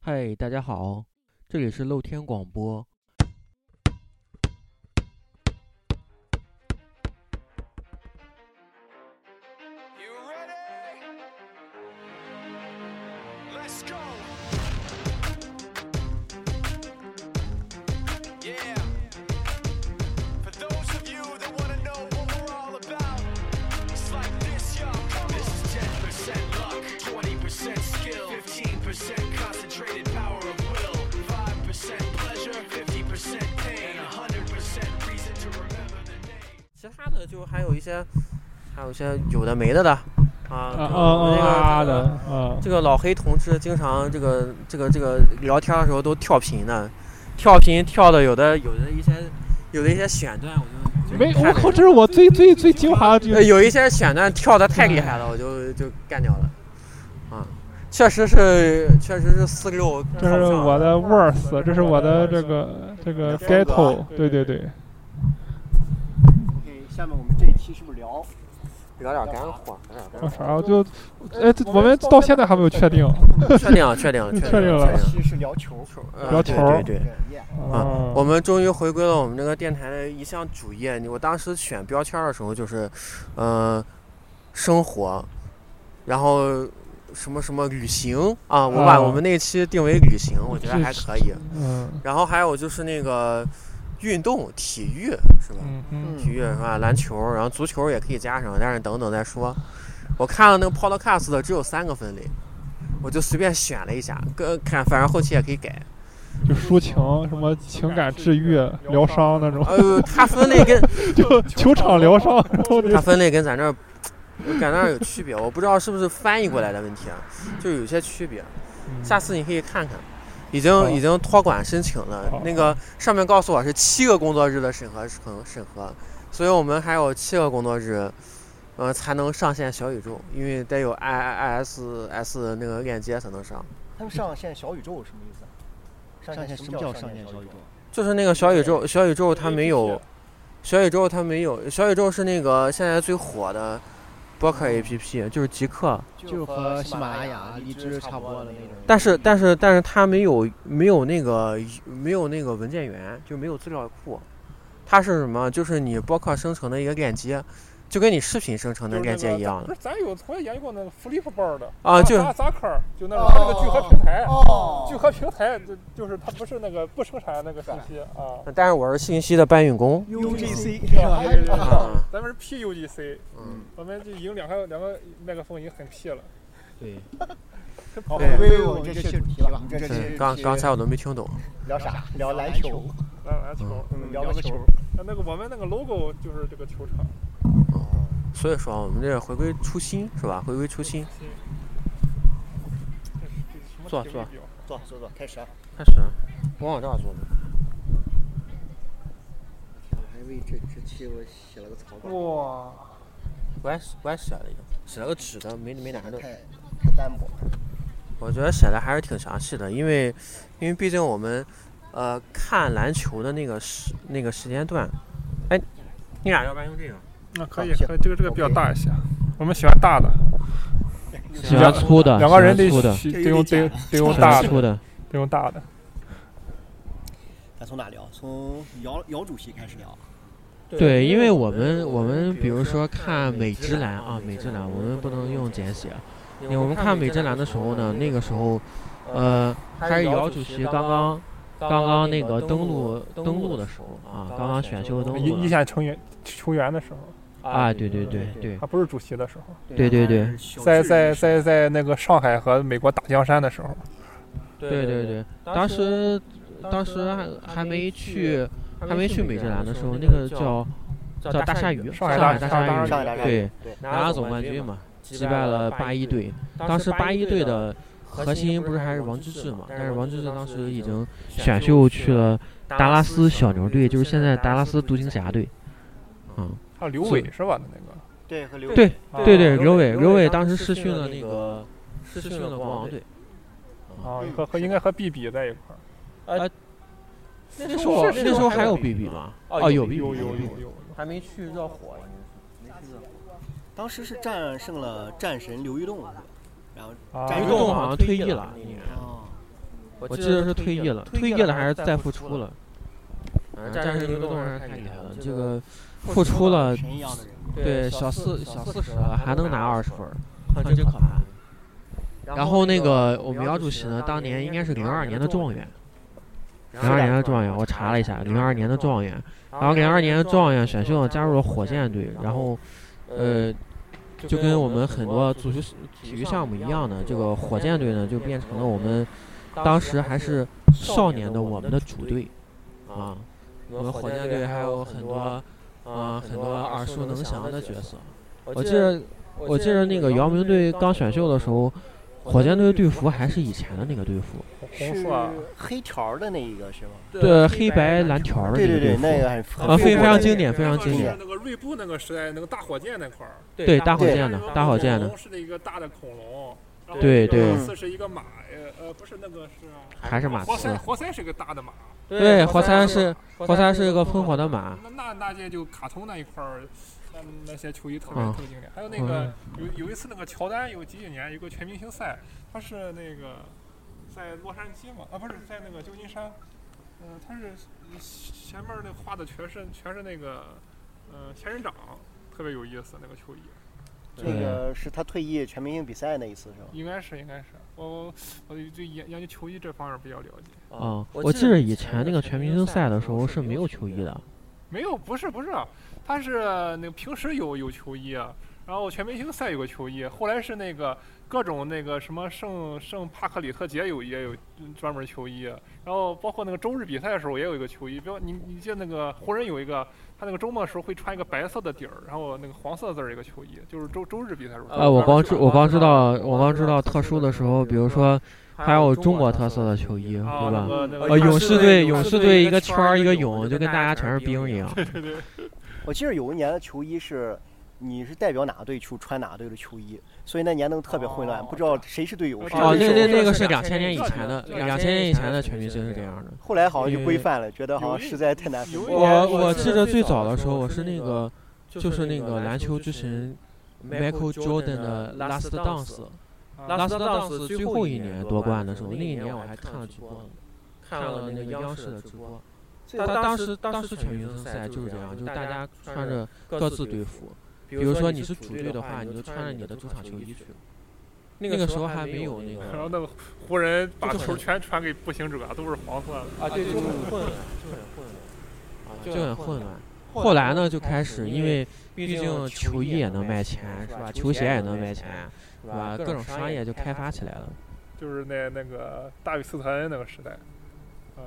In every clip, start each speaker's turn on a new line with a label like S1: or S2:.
S1: 嗨，大家好，这里是露天广播。
S2: You ready? Let's go. Yeah. For those of you that want to know what we're all about, it's like this, y'all. This is 10% luck, 20% skill, 15% concentrated power of will, 5% pleasure, 50% pain, and 100% reason to remember the name.
S3: 其他的就还有一些，还有一些有的没的的啊。
S4: 啊
S3: 可能我们
S4: 啊啊的
S3: 这个
S4: 啊！
S3: 这个老黑同志经常这个这个这个聊天的时候都跳频的，跳频跳的有的有的一些有的一些选段我就觉得
S4: 没，
S3: 太
S4: 我
S3: 厉
S4: 靠，
S3: 害
S4: 这是我最最最精华的这
S3: 了呃
S4: 个。
S3: 有一些选段跳的太厉害了，我就就干掉了啊。确实是，确实是四六，
S4: 这是我的 verse，这是我的这个这个 ghetto，对对对，
S5: OK，下面我们这一期是不是聊？
S3: 聊点干货，聊点
S4: 我
S3: 干
S4: 啥我就，哎，这我们到现在还没有确定。
S3: 货。确定了，确定了，确
S4: 确定
S3: 定
S4: 了
S3: 了，
S5: 这
S3: 确定
S5: 期是聊球。
S3: 了。
S4: 聊
S3: 呃
S4: 头
S3: 对
S4: 儿
S3: 对对。
S5: 耶。
S3: 啊
S4: 啊，，
S3: 我们终于回归了我们这个电台的一项主业。我当时选标签儿的时候就是，呃，生活，然后什么什么旅行啊，我把
S4: 啊
S3: 我们那期定为旅行，我觉得
S4: 是
S3: 还可以。
S4: 嗯
S3: 然后还有就是那个运动、体育是吧？
S4: 嗯嗯，
S3: 体育是吧？篮球，然后足球也可以加上，但是等等再说。我看了那个 Podcast 的只有三个分类，我就随便选了一下，跟看反正后期也可以改。
S4: 就抒情，什么情感治愈、疗伤那种，
S3: 呃，它分类跟
S4: 就球场疗伤，然 后
S3: 它
S4: 那
S3: 分类跟咱这儿，感那儿有区别，我不知道是不是翻译过来的问题啊，就是有些区别。下次你可以看看，已
S4: 嗯好
S3: 经已经托管申请了
S4: 好，
S3: 那个上面告诉我是七个工作日的审核审审核，所以我们还有七个工作日，呃，才能上线小宇宙，因为得有 i i s s 那个链接才能上，
S5: 他们上线小宇宙什么意思啊？上线什么叫上线小宇宙？
S3: 就是那个小宇宙，小宇宙它没有，
S4: 啊
S3: 小宇宙它没有，小宇宙是那个现在最火的播客 A P P，就是极客。
S5: 就和喜马拉雅、荔枝差不多的那种。
S3: 但是但是但是它没有没有那个没有那个文件源，就没有资料库。它是什么？就是你播客生成的一个链接，就跟你视频生成的链接一样
S6: 不
S3: 的
S6: 是，咱有从来研究过那个 Flipboard 的
S3: 啊，就
S6: 扎扎克儿，就那种它那个聚合平台，
S5: 哦
S6: 聚合平台就就是它不是那个不生产那个信息啊。
S3: 但是我是信息的搬运工。
S5: UGC
S6: 对对
S3: 啊，
S6: 咱们是 PUGC，
S3: 嗯，
S6: 我们就已经两个两个麦克风已经很 P 了。
S5: 对。
S6: 好
S5: 好，回归我们这期的主题吧。我们这
S3: 对
S5: 期
S3: 刚刚才我都没听懂。
S5: 聊啥？聊篮球，
S6: 来篮球，
S5: 嗯，
S6: 聊
S5: 聊个球。
S6: 那那个我们那个 logo 就是这个球场。
S3: 所以说啊我们这回归初心是吧？回归初心。
S6: 什么
S3: 坐
S6: 体位
S3: 坐
S6: 表
S5: 坐坐坐，开始啊！
S3: 开始，往我这儿坐吧。
S5: 我还为这这期我写了个草稿，
S6: 哇，
S3: 我还我还写了一个，写了个纸的，没没拿着。
S5: 太太单薄。
S3: 我觉得写的还是挺详细的，因为，因为毕竟我们，呃，看篮球的那个时那个时间段，哎，你俩要不然用这个？
S6: 那可以，
S5: 好行
S6: 可以，这个这个比较
S5: OK
S6: 大一些，我们喜欢大的，
S1: 喜欢啊粗的，
S6: 两个人
S1: 喜
S6: 得
S1: 欢粗的，
S6: 需得用得用得用
S1: 喜
S6: 大
S1: 欢
S6: 的，
S1: 粗的。
S6: 得用大的。
S5: 咱从哪聊？从姚姚主席开始聊。
S1: 对，因为我们我们比如说看美职篮啊，美职篮我们不能用简写。啊因为我们看美职篮的时候呢，那个时候，呃，还是姚主席刚刚刚刚那个登陆登陆的时候啊，刚刚选秀登陆
S6: 一一
S1: 了
S6: 线成员球员的时候，
S1: 啊，对对对对
S6: 他不是主席的时候，
S1: 对对对，
S6: 在在在在那个上海和美国打江山的时候，
S1: 对对对，当时当时还还没去还没去美职篮的时候，那个叫叫大鲨鱼，
S6: 上
S1: 上
S6: 海
S1: 海
S6: 大
S1: 大
S6: 鲨
S1: 鲨
S6: 鱼
S1: 鱼，
S5: 上海大鲨鱼
S1: 对，
S5: 对，
S1: 拿了总冠军嘛，击败了八一队。当时八一队的核心不是还是王治郅嘛，但是王治郅当时已经选秀去了达拉斯小牛队，就是现在达拉斯独行侠队。
S6: 还有刘伟是吧？那
S5: 对和刘
S1: 对
S6: 个啊
S1: 对对，刘
S3: 伟
S1: 伟，
S3: 刘
S1: 刘伟
S3: 当
S1: 当
S3: 时
S1: 时
S3: 试
S1: 试
S3: 训
S1: 训
S3: 了
S1: 了
S3: 那
S1: 那
S3: 个
S1: 个
S3: 失
S1: 失
S3: 去
S1: 训了
S3: 了
S1: 国
S3: 国
S1: 王
S3: 王
S1: 队
S3: 队。，
S6: 啊，和和应该和 BB 在一块儿，
S3: 那
S1: 时候那时候还有
S3: BB
S1: BB 吗？
S3: 哦
S1: 哦，
S3: 有
S6: 有
S1: 有 BB，
S6: 有有有，
S3: 还没去热火。
S5: 当时是战胜了战神刘玉栋，然后
S6: 啊，
S5: 战
S3: 于
S5: 于
S3: 栋
S5: 栋
S3: 好像
S5: 好像
S1: 啊
S3: 退役了，
S5: 哦，
S1: 我
S2: 我
S1: 记得是退役了，退役了还是再复出了？
S3: 啊，
S1: 战士
S3: 士
S1: 牛
S3: 动
S1: 动
S3: 还
S1: 还
S3: 是
S1: 是
S3: 太
S1: 太
S3: 厉
S1: 厉
S3: 害
S1: 害
S3: 了
S1: 了，，
S3: 这
S1: 这
S3: 个
S1: 个复出了，
S5: 哦神一样的人，
S1: 对小四小四十了还能拿二十分儿，啊真可怕。然
S3: 然
S1: 后
S3: 后
S1: 那
S3: 那
S1: 个
S3: 个
S1: 我
S3: 我
S1: 们
S3: 们
S1: 姚
S3: 姚
S1: 主
S3: 主
S1: 席
S3: 席
S1: 呢
S3: 呢，，
S1: 当
S3: 当
S1: 年
S3: 年
S1: 应
S3: 应
S1: 该
S3: 该
S1: 是
S3: 是
S1: 零
S3: 零
S1: 二
S3: 二
S1: 年
S3: 年
S1: 的
S3: 的
S1: 状
S3: 状
S1: 元
S3: 元，，
S1: 零
S3: 零
S1: 二
S3: 二
S1: 年
S3: 年的
S1: 的状
S3: 状
S1: 元，
S3: 元，
S1: 我
S3: 我
S1: 查
S3: 查
S1: 了
S3: 了
S1: 一
S3: 一
S1: 下
S3: 下，，
S1: 零
S3: 零
S1: 二
S3: 二
S1: 年
S3: 年
S1: 的
S3: 的
S1: 状
S3: 状
S1: 元
S3: 元，，然
S1: 然后
S3: 后
S1: 零
S3: 零
S1: 二
S3: 二
S1: 年
S3: 年
S1: 的
S3: 的
S1: 状
S3: 状
S1: 元
S3: 元
S1: 选
S3: 选
S1: 秀
S3: 秀
S1: 了
S3: 了
S1: 加
S3: 加
S1: 入
S3: 入
S1: 了
S3: 了
S1: 火
S3: 火
S1: 箭
S3: 箭
S1: 队
S3: 队，，
S1: 然
S3: 然
S1: 后
S3: 后
S1: 呃
S3: 呃
S1: 就
S3: 就
S1: 跟
S3: 跟
S1: 我
S3: 我
S1: 们
S3: 们
S1: 很
S3: 很
S1: 多
S3: 多
S1: 足
S3: 足
S1: 球
S3: 球
S1: 体育项目一样的，这个火箭队呢就变成了我们当
S3: 当
S1: 时
S3: 时
S1: 还
S3: 还
S1: 是
S3: 是
S1: 少年的我们的主队啊，我
S3: 我
S1: 们
S3: 们
S1: 火
S3: 火
S1: 箭
S3: 箭
S1: 队
S3: 队
S1: 还
S3: 还
S1: 有
S3: 有
S1: 很
S3: 很
S1: 多
S3: 多
S1: 啊
S3: 啊很
S1: 很多
S3: 多
S1: 耳
S3: 耳
S1: 熟
S3: 熟能
S1: 能详
S3: 详
S1: 的
S3: 的
S1: 角
S3: 角
S1: 色
S3: 色。。
S1: 我
S3: 我
S1: 记
S3: 记
S1: 得
S3: 得
S1: 我
S3: 我
S1: 记
S3: 记
S1: 得
S3: 得
S1: 那
S3: 那
S1: 个
S3: 个
S1: 姚
S3: 姚
S1: 明
S3: 明
S1: 队
S3: 队
S1: 刚
S3: 刚
S1: 选
S3: 选
S1: 秀
S3: 秀
S1: 的
S3: 的
S1: 时
S3: 时
S1: 候
S3: 候，
S1: 火箭队的队服还是以前的那个队服，
S6: 红
S5: 是
S6: 色啊，
S5: 呃黑条的那一个是吗？
S1: 对黑白蓝条的
S5: 对
S1: 那个
S5: 对
S1: 队
S5: 对，
S1: 服。
S5: 那个很很
S1: 啊，
S5: 复
S1: 非
S5: 古
S1: 非常
S5: 的
S1: 经
S5: 那个
S1: 典，非常经典。
S6: 那个锐步那个时代那个大火箭那块儿，
S1: 对，大火
S5: 对
S1: 箭的，大火箭的。
S6: 是一个大的恐龙，然后
S1: 对
S6: 这个
S1: 对
S6: 马刺是一个马，呃呃，不是那个是
S1: 还是马
S6: 活塞，
S1: 刺。
S6: 活塞是个大的马，
S1: 对，活
S3: 活塞
S1: 塞是活塞是一个喷火的马，
S6: 那那那届就卡通那一块儿，那那些球衣特别
S1: 嗯
S6: 特别经典。还有那个有有一次那个乔丹有几几年有个全明星赛，他是那个在洛杉矶嘛，啊不是在那个旧金山，呃他是呃前面那画的全是全是那个呃仙人掌，特别有意思那个球衣，
S5: 那
S1: 嗯
S5: 个是他退役全明星比赛那一次是吧？
S6: 应该是应该是我我我对研研究球衣这方面比较了解。
S1: 啊，我
S3: 我
S1: 记
S3: 记
S1: 得
S3: 得
S1: 以
S3: 以
S1: 前
S3: 前
S1: 那
S3: 那
S1: 个
S3: 个
S1: 全
S3: 全
S1: 明
S3: 明
S1: 星
S3: 星
S1: 赛
S3: 赛
S1: 的
S3: 的
S1: 时
S3: 时
S1: 候
S3: 候
S1: 是
S3: 是
S1: 没
S3: 没
S1: 有
S3: 有
S1: 球
S3: 球
S1: 衣
S3: 衣
S1: 的
S3: 的，
S6: 没有，不是不是，他是那个平时有有球衣，啊然后全明星赛有个球衣，后来是那个各种那个什么圣圣帕克里特节有也有嗯专门球衣，然后包括那个周日比赛的时候也有一个球衣，比如你你记得那个湖人有一个，他那个周末的时候会穿一个白色的底儿，然后那个黄色字儿一个球衣，就是周周日比赛的时候。
S1: 呃，我光知我光知道我
S3: 我
S1: 光
S3: 光
S1: 知
S3: 知
S1: 道
S3: 道
S1: 特
S3: 特
S1: 殊
S3: 殊
S1: 的
S3: 的
S1: 时
S3: 时
S1: 候，
S3: 候
S1: 比
S3: 比
S1: 如
S3: 如
S1: 说
S3: 说
S1: 还
S3: 还
S1: 有
S3: 有
S1: 中
S3: 中
S1: 国
S3: 国
S1: 特
S3: 特
S1: 色
S3: 色
S1: 的
S3: 的
S1: 球
S3: 球衣，
S1: 衣，对
S6: 啊，
S1: 吧
S6: 那？个那
S1: 呃，
S6: 个
S3: 勇
S1: 勇
S3: 士
S1: 士
S3: 队
S1: 队
S3: 勇
S1: 勇
S3: 士
S1: 士
S3: 队
S1: 队
S3: 一
S1: 一
S3: 个
S1: 个
S3: 圈
S1: 圈儿
S3: 儿
S1: 一
S3: 一
S1: 个
S3: 个
S1: 勇，
S3: 勇
S1: 就
S3: 就
S1: 跟
S3: 跟
S1: 大
S3: 大
S1: 家
S3: 家
S1: 全
S3: 全
S1: 是
S3: 是
S1: 兵
S3: 兵
S1: 一
S3: 一
S1: 样
S3: 样。
S5: 我记得有一年的球衣是，你是代表哪队去穿哪队的球衣，所以那年能特别混乱，
S6: 哦
S5: 不知道谁是队友。谁
S6: 哦
S1: 哦，
S5: 是
S1: 那
S5: 对
S1: 那
S5: 手
S1: 那个是
S3: 是
S1: 两千
S3: 2000
S1: 年以
S6: 年
S1: 前的，
S6: 以前的
S1: 两千年以前的全明星是这样的。
S5: 后来好像就规范了，觉得好像实在太难分
S6: 有一
S5: 辨。
S1: 我
S6: 我
S1: 呃我
S6: 我
S1: 记
S6: 记
S1: 得
S6: 得
S1: 最
S3: 最
S1: 早
S3: 早
S1: 的
S3: 的
S1: 时
S3: 时
S1: 候，
S3: 候
S1: 我
S3: 我
S1: 是
S3: 是
S1: 那
S3: 那
S1: 个
S3: 个
S1: 就是那个篮球之神 Michael Jordan 的 Last Dance。Last
S6: 啊
S1: Dance 最后一年夺冠的时候，那一年我还看了直播呢，看了那个央视的直播。
S3: 他
S1: 当
S3: 当
S1: 当
S3: 时
S1: 时
S3: 当
S1: 当
S3: 时
S1: 时
S3: 全
S1: 全
S3: 明
S1: 明
S3: 星
S1: 星
S3: 赛
S1: 赛
S3: 就
S1: 就是
S3: 这
S1: 是这
S3: 样，就
S1: 样，就是是
S3: 大
S1: 大
S3: 家
S1: 家
S3: 穿
S1: 穿
S3: 着
S1: 着
S3: 各
S1: 各
S3: 自
S1: 自
S3: 队
S1: 队
S3: 服
S1: 服，，
S3: 比
S1: 比
S3: 如
S1: 如
S3: 说
S1: 说
S3: 你
S1: 你
S3: 是
S1: 是
S3: 主
S1: 主
S3: 队
S1: 队
S3: 的
S1: 的
S3: 话，
S1: 话，
S3: 你
S1: 你
S3: 就
S1: 就
S3: 穿
S1: 穿
S3: 着
S1: 着
S3: 你
S1: 你
S3: 的
S1: 的
S3: 主
S1: 主
S3: 场
S1: 场
S3: 球
S1: 球
S3: 衣
S1: 衣
S3: 去
S1: 去。。
S3: 那个
S1: 那个
S3: 时
S1: 时
S3: 候
S1: 候
S3: 还
S1: 还
S3: 没
S1: 没
S3: 有
S1: 有
S3: 那
S1: 那
S6: 然
S3: 个
S6: 后那个湖人把球全传给步行者，都是黄色的。
S3: 啊，对，就很混乱，就很混乱，啊，
S1: 就
S3: 就
S1: 很
S3: 很混
S1: 混乱
S3: 乱。。
S1: 后
S3: 后来
S1: 来呢，
S3: 呢，
S1: 就
S3: 就
S1: 开
S3: 开
S1: 始
S3: 始
S1: 因
S3: 因
S1: 为
S3: 为
S1: 毕
S3: 毕
S1: 竟
S3: 竟
S1: 球
S3: 球
S1: 衣
S3: 衣
S1: 也
S3: 也
S1: 能
S3: 能
S1: 卖
S3: 卖
S1: 钱
S3: 钱
S1: 是
S3: 是
S1: 吧？
S3: 吧
S1: 球
S3: 球
S1: 鞋
S3: 鞋
S1: 也
S3: 也
S1: 能
S3: 能
S1: 卖
S3: 卖
S1: 钱
S3: 钱
S1: 是
S3: 是
S1: 吧
S3: 吧？
S1: 各
S3: 各
S1: 种
S3: 种
S1: 商
S3: 商
S1: 业
S3: 业
S1: 就
S3: 就
S1: 开
S3: 开
S1: 发
S3: 发
S1: 起
S3: 起
S1: 来
S3: 来
S1: 了。
S6: 就是那那个大卫斯特恩那个时代，呃，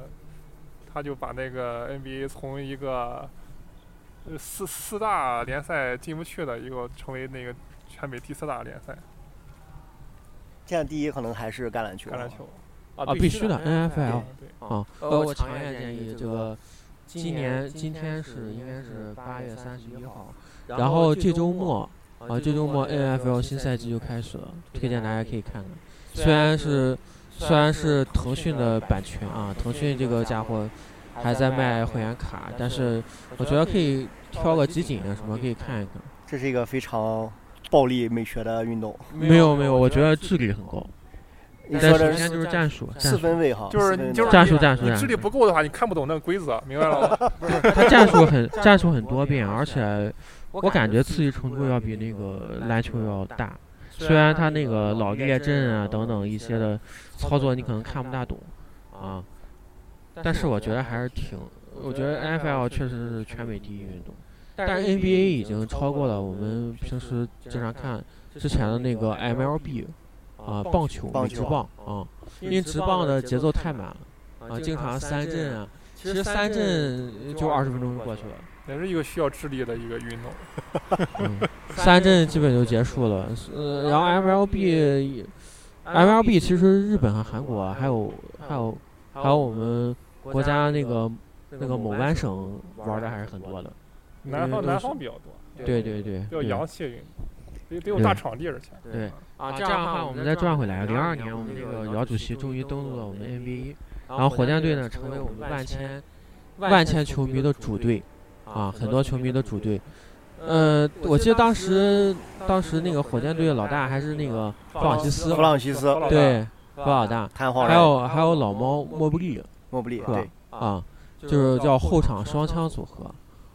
S6: 他就把那个 NBA 从一个呃四四大联赛进不去的，一个成为那个全美第四大联赛
S5: 这样第一可能还是橄榄球。
S6: 橄榄球。
S1: 啊必须的 NFL
S6: 对，
S3: 啊，，
S1: 啊呃，
S3: 呃，
S1: 我
S3: 我
S1: 强
S3: 强
S1: 烈
S3: 烈
S1: 建
S3: 建
S1: 议
S3: 议
S1: 这
S3: 这
S1: 个
S3: 个
S1: 今
S3: 今
S1: 年
S3: 年
S1: 今
S3: 今
S1: 天
S3: 天
S1: 是
S3: 是
S1: 应
S3: 应
S1: 该
S3: 该
S1: 是
S3: 是
S1: 八
S3: 八
S1: 月
S3: 月
S1: 三
S3: 三
S1: 十
S3: 十
S1: 一
S3: 一
S1: 号
S3: 号，
S1: 然
S3: 然
S1: 后
S3: 后
S1: 这
S3: 这
S1: 周
S3: 周
S1: 末
S3: 末
S1: 啊，
S3: 啊，
S1: 这
S3: 这
S1: 周
S3: 周
S1: 末
S3: 末
S1: NFL
S3: NFL
S1: 新
S3: 新
S1: 赛
S3: 赛
S1: 季
S3: 季就
S1: 就开
S3: 开
S1: 始
S3: 始
S1: 了
S3: 了，，
S1: 推
S3: 推
S1: 荐
S3: 荐
S1: 大
S3: 大家
S1: 家可
S3: 可
S1: 以
S3: 以
S1: 看看。虽
S3: 虽
S1: 然
S3: 然
S1: 是
S3: 是
S1: 虽然是腾讯的版权啊，腾讯这个家伙还
S3: 还
S1: 在
S3: 在
S1: 卖
S3: 卖
S1: 会
S3: 会
S1: 员
S3: 员
S1: 卡
S3: 卡，，
S1: 但
S3: 但
S1: 是
S3: 是
S1: 我
S3: 我
S1: 觉
S3: 觉得
S1: 得可
S3: 可
S1: 以
S3: 以
S1: 挑
S3: 挑
S1: 个
S3: 个
S1: 集
S3: 集
S1: 锦
S3: 锦啊
S1: 啊什
S3: 什
S1: 么
S3: 么
S1: 可
S3: 可
S1: 以
S3: 以
S1: 看
S3: 看
S1: 一
S3: 一
S1: 看
S3: 看。。
S5: 这是一个非常暴力美学的运动。
S1: 没有没有，我觉得智力很高，
S5: 你
S1: 但
S5: 说
S1: 首
S5: 的
S1: 先
S5: 是
S1: 就是战术，战
S5: 四
S1: 术
S5: 分卫哈，
S6: 就
S5: 四分
S6: 是
S5: 卫
S6: 就是
S1: 战术
S6: 你
S1: 战术
S6: 你
S1: 战
S6: 智
S1: 术
S6: 力不够的话，你看不懂那个规则，明白了吗？
S1: 他战术很战术很多变，而且
S3: 我
S1: 我感
S3: 感
S1: 觉
S3: 觉
S1: 刺
S3: 刺
S1: 激
S3: 激
S1: 程
S3: 程
S1: 度
S3: 度
S1: 要
S3: 要比
S1: 比
S3: 那
S1: 那个
S3: 个
S1: 篮
S3: 篮
S1: 球
S3: 球
S1: 要
S3: 要
S1: 大
S3: 大。
S1: 虽
S3: 虽
S1: 然
S3: 然
S1: 他
S3: 他
S1: 那
S3: 那
S1: 个
S3: 个
S1: 老
S3: 老
S1: 列
S3: 列
S1: 阵
S3: 阵
S1: 啊
S3: 啊
S1: 等
S3: 等
S1: 等
S3: 等
S1: 一
S3: 一
S1: 些
S3: 些
S1: 的
S3: 的操
S1: 操作
S3: 作你
S1: 你可
S3: 可能
S1: 能看
S3: 看
S1: 不
S3: 不
S1: 大
S3: 大
S1: 懂
S3: 懂
S1: 啊
S3: 啊，，
S1: 但
S3: 但
S1: 是
S3: 是
S1: 我
S3: 我
S1: 觉
S3: 觉
S1: 得
S3: 得
S1: 还
S3: 还
S1: 是
S3: 是
S1: 挺，我
S3: 我
S1: 觉
S3: 觉
S1: 得
S3: 得
S1: NFL
S3: NFL
S1: 确
S3: 确实
S1: 实是
S3: 是
S1: 全
S3: 全
S1: 美
S3: 美
S1: 第
S3: 第
S1: 一
S3: 一
S1: 运
S3: 运
S1: 动
S3: 动，
S1: 但
S3: 但
S1: 是
S3: 是
S1: NBA
S3: NBA
S1: 已
S3: 已
S1: 经
S3: 经
S1: 超
S3: 超
S1: 过
S3: 过
S1: 了
S3: 了
S1: 我
S3: 我
S1: 们
S3: 们
S1: 平
S3: 平
S1: 时
S3: 时
S1: 经
S3: 经
S1: 常
S3: 常
S1: 看
S3: 看
S1: 之
S3: 之
S1: 前
S3: 前
S1: 的
S3: 的
S1: 那
S3: 那
S1: 个
S3: 个
S1: MLB
S3: MLB
S1: 啊
S3: 啊
S1: 棒
S3: 棒
S1: 球、
S3: 球、
S1: 美
S5: 棒
S1: 职
S5: 球
S1: 棒啊
S3: 啊，，
S1: 因
S3: 因
S1: 为
S3: 为
S1: 直
S3: 直
S1: 棒
S3: 棒
S1: 的
S3: 的
S1: 节
S3: 节
S1: 奏
S3: 奏
S1: 太
S3: 太
S1: 满
S3: 慢
S1: 了
S3: 啊，
S1: 啊，经
S3: 经
S1: 常
S3: 常
S1: 三
S3: 三
S1: 阵
S3: 阵
S1: 啊
S3: 啊，，
S1: 其
S3: 其
S1: 实
S3: 实
S1: 三
S3: 三
S1: 阵
S3: 阵
S1: 就
S3: 就
S1: 二
S3: 二十
S1: 十分
S3: 分
S1: 钟
S3: 钟就
S1: 就过
S3: 过
S1: 去
S3: 去
S1: 了
S3: 了，
S6: 也是一个需要智力的一个运动。
S1: 嗯，三
S3: 三
S1: 阵
S3: 阵
S1: 基
S3: 基
S1: 本
S3: 本
S1: 就
S3: 就
S1: 结
S3: 结
S1: 束
S3: 束
S1: 了
S3: 了。
S1: 呃，然后 MLB MLB 其实日本和韩国还有还有还有我们国
S3: 国家
S1: 家那
S3: 那个
S1: 个那
S3: 那
S1: 个
S3: 个
S1: 某
S3: 某
S1: 湾
S3: 湾
S1: 省
S3: 省
S1: 玩
S3: 玩
S1: 的
S3: 的
S1: 还
S3: 还
S1: 是
S3: 是很
S1: 很多
S3: 多
S1: 的
S3: 的，
S6: 南
S1: 因为
S6: 方
S1: 都
S6: 南
S1: 是
S6: 方比较多，
S1: 对对对，
S6: 比较
S1: 对
S6: 洋气的运动，得得有
S1: 对
S6: 大场地儿去。
S1: 对啊，
S3: 啊，
S1: 这
S3: 这
S1: 样
S3: 样的
S1: 的话
S3: 话
S1: 我
S3: 我
S1: 们
S3: 们
S1: 再
S3: 再
S1: 转
S3: 转
S1: 回
S3: 回
S1: 来，
S3: 来，
S1: 零
S3: 零
S1: 二
S3: 二
S1: 年
S3: 年
S1: 我
S3: 我
S1: 们
S3: 们
S1: 这
S3: 这
S1: 个
S3: 个
S1: 姚
S3: 姚
S1: 主
S3: 主
S1: 席
S3: 席
S1: 终
S3: 终
S1: 于
S3: 于
S1: 登
S3: 登
S1: 陆
S3: 陆
S1: 了
S3: 了
S1: 我
S3: 我
S1: 们
S3: 们
S1: 的
S3: NBA，
S1: NBA，
S3: 然
S1: 然后
S3: 后
S1: 火
S3: 火
S1: 箭
S3: 箭
S1: 队
S3: 队
S1: 呢
S3: 呢
S1: 成
S3: 成
S1: 为
S3: 为
S1: 我
S3: 我
S1: 们
S3: 们
S1: 万
S3: 万
S1: 千
S3: 千
S1: 万
S3: 万
S1: 千
S3: 千
S1: 球
S3: 球
S1: 迷
S3: 迷的
S1: 的主
S3: 主
S1: 队
S3: 队
S1: 啊
S3: 啊，，很
S1: 很多
S3: 多
S1: 球
S3: 球
S1: 迷
S3: 迷
S1: 的
S3: 的
S1: 主
S3: 主
S1: 队
S3: 队。。
S1: 呃，我
S3: 我
S1: 记
S3: 记
S1: 得
S3: 得
S1: 当
S3: 当
S1: 时
S3: 时
S1: 当
S3: 当
S1: 时
S3: 时
S1: 那
S3: 那
S1: 个
S3: 个
S1: 火
S3: 火
S1: 箭
S3: 箭
S1: 队
S3: 队
S1: 老
S3: 老
S1: 大
S3: 大
S1: 还
S3: 还
S1: 是
S3: 是
S1: 那
S3: 那
S1: 个
S3: 个
S1: 弗
S3: 弗
S1: 朗
S3: 朗
S1: 西
S3: 西
S1: 斯
S5: 弗朗西斯
S6: 弗朗西斯
S1: 对，博老大，
S5: 瘫痪
S1: 还
S5: 人，
S1: 有还有老猫莫布利
S5: 莫布利，
S1: 是吧
S5: 对，
S1: 啊，就是叫后场双枪组合。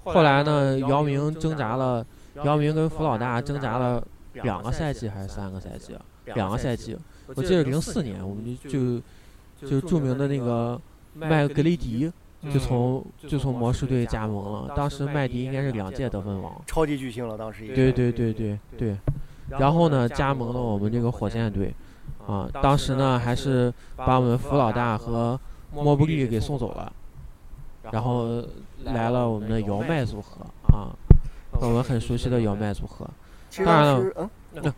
S1: 后来呢，姚明挣扎了，姚明跟弗老大挣扎了两个赛季还是三个赛季啊？两个赛季，我记得零四年我们就就就著名的那个麦格雷迪就从就从魔术队加盟了，当时麦迪应该是两届得分王。
S5: 超级巨星了，当时也
S1: 对
S5: 是
S1: 对对对对，然后呢，加盟了我们这个火箭队，啊，当时呢还是把我们弗老大和莫布利给送走了，然后来了我们的姚麦组合啊，我们很熟悉的姚麦组合。
S5: 其实
S1: 当然
S5: 当时，嗯，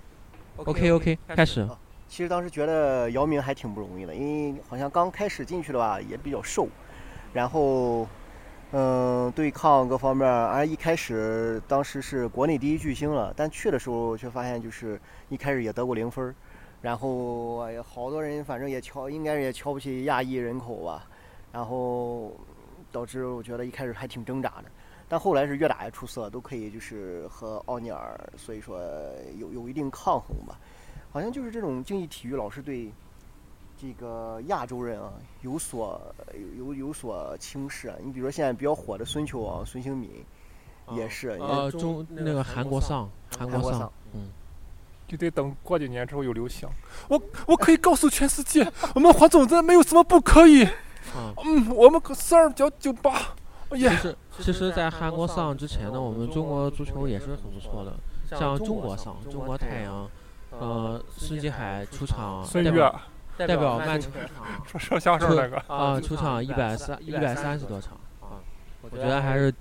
S1: OK OK，开始。
S5: 其实当时觉得姚明还挺不容易的，因为好像刚开始进去的吧，也比较瘦，然后，嗯，对抗各方面儿，而一开始当时是国内第一巨星了，但去的时候却发现就是一开始也得过零分儿，然后哎呀，好多人反正也瞧，应该是也瞧不起亚裔人口吧，然后导致我觉得一开始还挺挣扎的。但后来是越打越出色，都可以就是和奥尼尔，所以说有有一定抗衡吧。好像就是这种竞技体育老师对这个亚洲人啊有所有有有所轻视啊。你比如说现在比较火的孙秋啊、孙兴敏，也是也
S1: 呃，中那个韩国丧，韩
S5: 韩
S1: 国
S5: 国
S1: 丧
S5: 桑，，
S6: 就得等过几年之后有流行。我我可以告诉全世界，我们黄种人没有什么不可以。
S1: 啊，
S6: 嗯，我们四二九九八，
S1: 其
S6: 耶，
S1: 实其实，在韩国丧之前呢，我们中国足球也是很不错的，像中国丧、中国太阳，呃，孙继海出场，
S6: 孙
S1: 代
S6: 悦
S1: 表代表曼城出场。
S6: 说说相声那
S3: 嗯
S6: 个，
S1: 啊，出场一百三一百三十多场啊，我觉得还是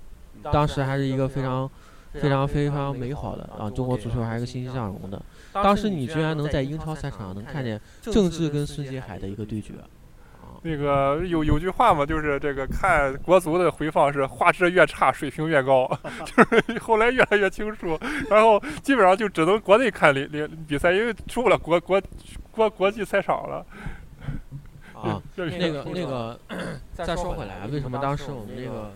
S1: 当时还是一个非常非常非常美好的啊，中国足球还是个欣欣向荣的。当时你居然能在英超赛场上能看见郑智跟孙继海的一个对决，
S6: 那个有有句话嘛，就是这个看国足的回放是画质越差水平越高，就是后来越来越清楚，然后基本上就只能国内看联联比赛，因为出不了国国国国际赛场了。
S1: 啊，
S6: 这
S1: 那个那个，再说回来，为什么当时我们这个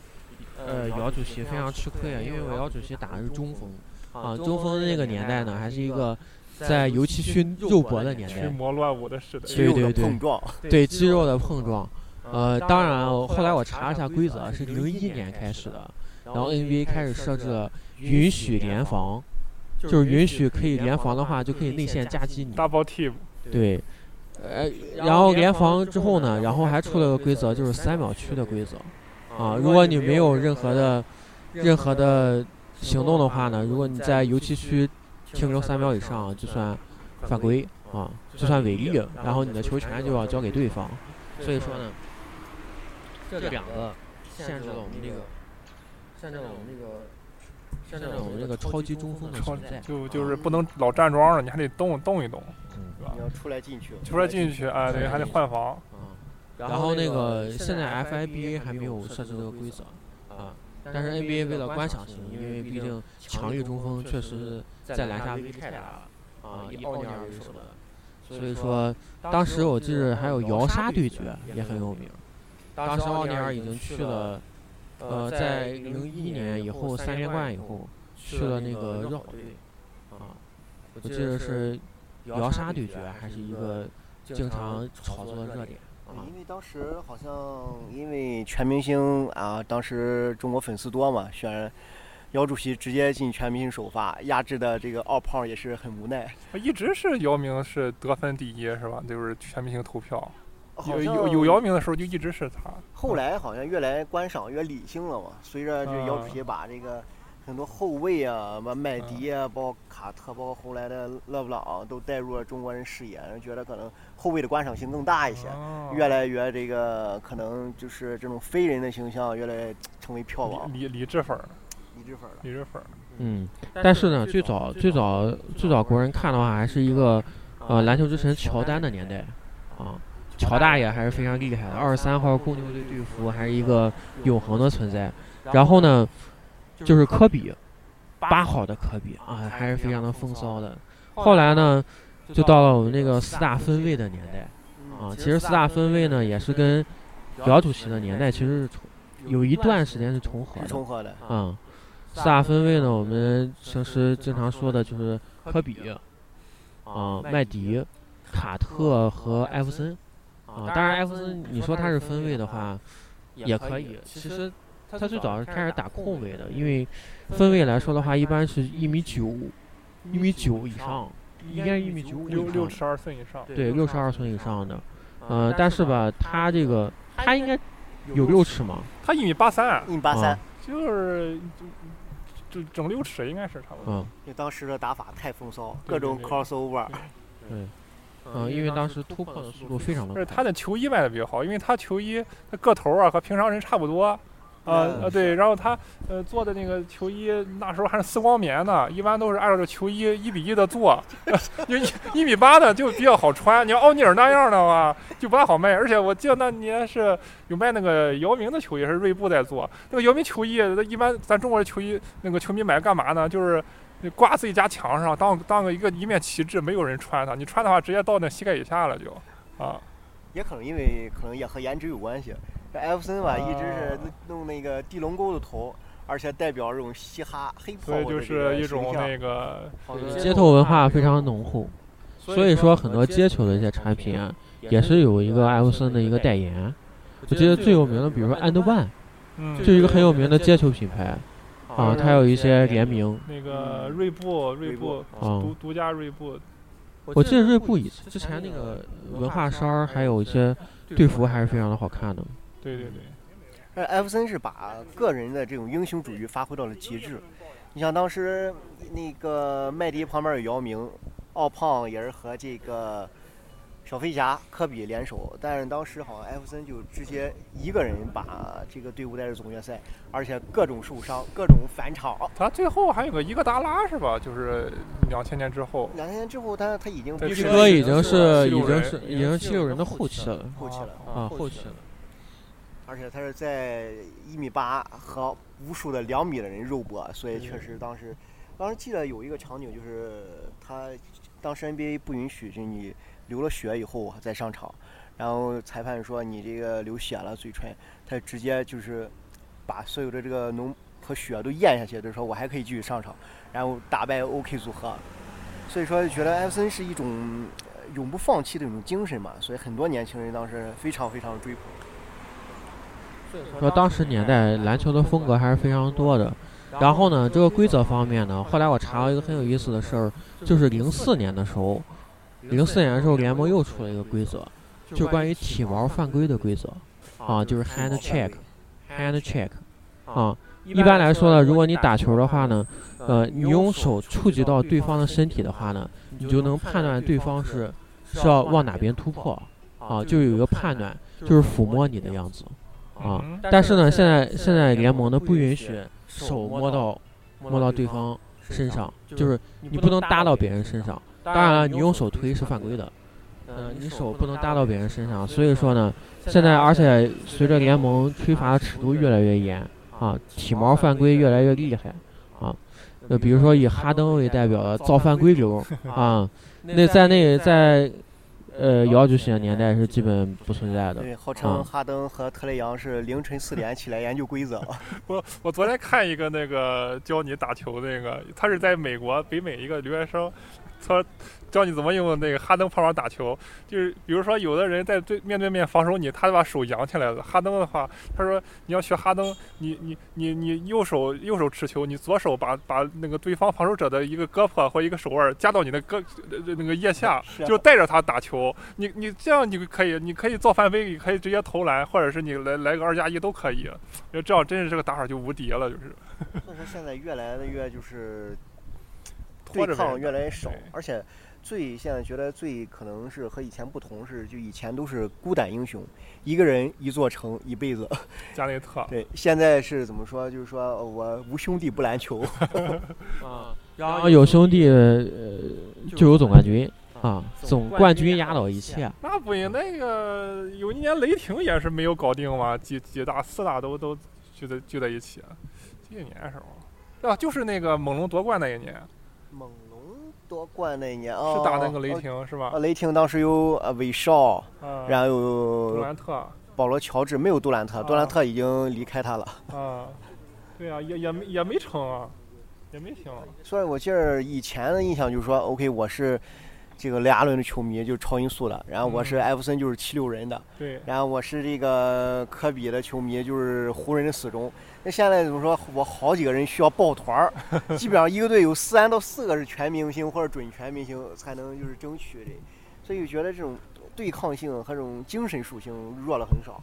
S1: 呃姚主席非常吃亏啊？因为我姚主席打的是中锋啊，中锋的那个年代呢，还是一个在油漆区肉搏的
S3: 哎
S1: 年
S6: 群
S1: 代，
S6: 魔乱舞的时代，
S1: 对
S5: 肌肉的
S1: 对对
S5: 碰撞，
S1: 对肌肉的碰撞。呃，当然，我后来我查了一下规则，是零一年开始的，然后 NBA 开始设置了允许联防，就是允许可以联防的话，就可以内线夹击你。
S6: double team，
S1: 对，呃，然后联防之后呢，然后还出了个规则，就是三秒区的规则，啊，如果你没有任何的任何的行动的话呢，如果你在油漆区停留三秒以上，就算犯规啊，就算违例，然后你的球权就要交给对方。所以说呢，这两个限制了我们这个，限制了我们这个。限制了我们这个超级中锋的
S6: 超
S1: 存在，
S6: 就就是不能老站桩了，你还得动动一动，是吧
S5: 你？要出来进去，
S6: 出来进去，哎，对，还得换防。
S1: 啊，然后那个现在 FIBA 还没有设置这个规则啊，但是 NBA 为了观赏性，因为毕竟强力中锋确实在篮下威力太大了啊，以奥尼尔为首的，所以说当时我记得还有摇杀对决也很有名，当时奥尼尔已经去了，呃，在零一年以后三连冠以后去了那个热火队啊，我记得是摇杀对决还是一个经常炒作的热点。
S5: 对
S1: 啊，
S5: 因为当时好像因为全明星啊，当时中国粉丝多嘛，选姚主席直接进全明星首发，压制的这个奥胖也是很无奈。
S6: 一直是姚明是得分第一，是吧？就是全明星投票，
S5: 好
S6: 有
S5: 像
S6: 有有姚明的时候就一直是他。
S5: 后来好像越来观赏越理性了嘛，随着这姚
S6: 啊
S5: 主席把这个很多后卫啊，什么麦迪啊，包括卡特，包括后来的勒布朗，都带入了中国人视野，觉得可能后卫的观赏性更大一些。
S6: 哦
S5: 哎越来越这个可能就是这种非人的形象越来越成为票王
S6: 理理理智粉儿，
S5: 理智粉了。
S6: 理智粉儿。
S1: 嗯，但是呢，最早最早最早国人看的话，还是一个呃篮球之神乔丹的年代啊，乔大爷还是非常厉害的，二十三号公牛队队服还是一个永恒的存在。然后呢，就是科比，八号的科比啊，还是非常的风骚的。后来呢，就到了我们这个四大分位的年代啊，其实四大分位呢也是跟姚主席的年代其实是重有一段时间是重合
S5: 是
S1: 的
S5: 重。合的，
S1: 啊，四大分位呢，我啊嗯们平时经常说的就是科比，啊，麦迪，卡特和艾弗森啊。当然，艾弗森你说他是分位的话也可以。其实他最早是开始打控卫的，因为分位来说的话，一般是一米九、一米九以上，应该一米九五
S6: 六
S1: 以
S6: 六
S1: 上，
S6: 十二寸以上，
S1: 对，六十二寸以上的。呃，但是吧，他这个他应该有六尺嘛，
S6: 他一米八三，
S5: 一米八三
S1: 啊，
S6: 就是就就整六尺应该是差不多。
S1: 嗯
S5: 因为当时的打法太风骚，
S6: 对
S5: 各种
S6: 对啊对
S5: crossover，
S1: 嗯，因为当时突破的速度非常的
S6: 但是
S1: 快。
S6: 他的球衣卖的比较好，因为他球衣他个头啊和平常人差不多。啊
S5: 嗯
S6: 啊对，然后他呃做的那个球衣那时候还是丝光棉呢，一般都是按照球衣一比一的做， 就一一米八的就比较好穿。你要奥尼尔那样的话就不大好卖，而且我记得那年是有卖那个姚明的球衣，是锐步在做那个姚明球衣，那一般咱中国的球衣那个球迷买干嘛呢？就是挂自己家墙上当当个一个一面旗帜，没有人穿它，你穿的话直接到那膝盖以下了就啊。
S5: 也可能因为可能也和颜值有关系。这艾弗森吧，
S6: 啊
S5: 一直是弄那个地龙沟的头，而且代表这种嘻哈黑
S6: 所以
S5: power
S6: 就
S5: 的这个
S6: 是一种
S5: 形象
S6: 那个，
S1: 街头文化非常浓厚，所以说很多街球的一些产品啊，也是有一个艾弗森的一个代言。我记得最有名的，比如说 And One，
S6: 嗯，
S1: 就一个很有名的街球品牌啊，它有一些联名。
S6: 那个锐步，锐
S5: 锐
S6: 步
S1: 啊
S6: 独独家锐步，
S1: 我记得锐步以之前那个文化衫，还有一些队服还是非常的好看的。
S6: 对对对，
S5: 但是艾弗森是把个人的这种英雄主义发挥到了极致。你像当时那个麦迪旁边有姚明，奥胖也是和这个小飞侠科比联手，但是当时好像艾弗森就直接一个人把这个队伍带入总决赛，而且各种受伤，各种返场。
S6: 他最后还有个伊戈达拉是吧？就是两千年之后，
S5: 两千年之后他他已经
S6: 对
S5: 必须
S1: 据
S6: 这
S1: 说
S6: 个
S1: 已经是
S6: 七六
S1: 已经
S6: 人
S1: 是已经七六人的后期了
S5: 后期了，
S1: 啊，后期了。
S5: 而且他是在一米八和无数的两米的人肉搏，所以确实当时，当时记得有一个场景，就是他当时 NBA 不允许，就你流了血以后再上场，然后裁判说你这个流血了嘴唇，他直接就是把所有的这个脓和血都咽下去，就说我还可以继续上场，然后打败 OK 组合，所以说就觉得艾弗森是一种呃永不放弃的一种精神嘛，所以很多年轻人当时非常非常追捧。
S1: 说当时年代篮球的风格还是非常多的。然后呢，这个规则方面呢，后来我查到一个很有意思的事儿，就是零四年的时候，零四年的时候联盟又出了一个规则，就关于体毛犯规的规则啊，就是 hand check，hand check 啊。一般来说呢，如果你打球的话呢，呃，你用手触及到对方的身体的话呢，你就能判断对方是是要往哪边突破啊，就有一个判断，就是抚摸你的样子啊。
S6: 嗯，
S1: 但是呢，现在现在联盟呢不允许手摸到摸到对方身上，就是你不能搭到别人身上。当然了，你用手推是犯规的，嗯，你手不能搭到别人身上。所以说呢，现在而且随着联盟吹罚的尺度越来越严啊，体毛犯规越来越厉害啊。呃，比如说以哈登为代表的造犯规流啊，那在那在呃姚主席的年代是基本不存在的。
S5: 对，号
S1: 啊
S6: 嗯
S5: 称哈登和特雷杨是凌晨四点起来研究规 则。
S6: 我我昨天看一个那个教你打球那个，他是在美国北美一个留学生，他教你怎么用那个哈登方法打球，就是比如说有的人在对面对面防守你，他把手扬起来了。哈登的话，他说你要学哈登，你你你你右手右手持球，你左手把把那个对方防守者的一个胳膊或一个手腕夹到你的胳呃那个腋下，
S5: 是 啊
S6: 就带着他打球。你你这样你可以，你可以造犯规，你可以直接投篮，或者是你来来个二加一都可以。就这样真是这个打法就无敌了，就是
S5: 所以说现在越来的越就是
S6: 拖
S5: 对
S6: 着
S5: 抗
S6: 呗
S5: 越来越少
S6: 对，
S5: 而且最现在觉得最可能是和以前不同是，就以前都是孤胆英雄，一个人一座城一辈 子。
S6: 加内特。
S5: 对，现在是怎么说？就是说呃我无兄弟不篮球。
S1: 啊，然后有兄弟呃就有总冠军啊，总冠军压倒一切。
S6: 那不行，那个有一年雷霆也是没有搞定嘛，几几大四大都都聚在聚在一起，几几年的时候，啊，就是那个猛龙夺冠那一年，
S5: 猛龙夺冠那一年啊，
S6: 是打那个雷
S5: 哦。
S6: 霆、是吧
S5: 啊，？雷霆当时有呃韦少，
S6: 啊，
S5: 然后
S6: 杜
S5: 有
S6: 兰特
S5: 保罗乔治，没有杜兰特，杜兰特已经离开他了。
S6: 啊，对啊，也也没也没成啊，也没行。
S5: 所以我记得以前的印象就是说，OK，我是这个雷阿伦的球迷，就是超音速的。然后我是
S6: 嗯
S5: 艾弗森，就是七六人的。
S6: 对，
S5: 然后我是这个科比的球迷，就是湖人的死忠。那现在怎么说？我好几个人需要抱团儿，基本上一个队有三到四个是全明星或者准全明星，才能就是争取这。所以我觉得这种对抗性和这种精神属性弱了很少。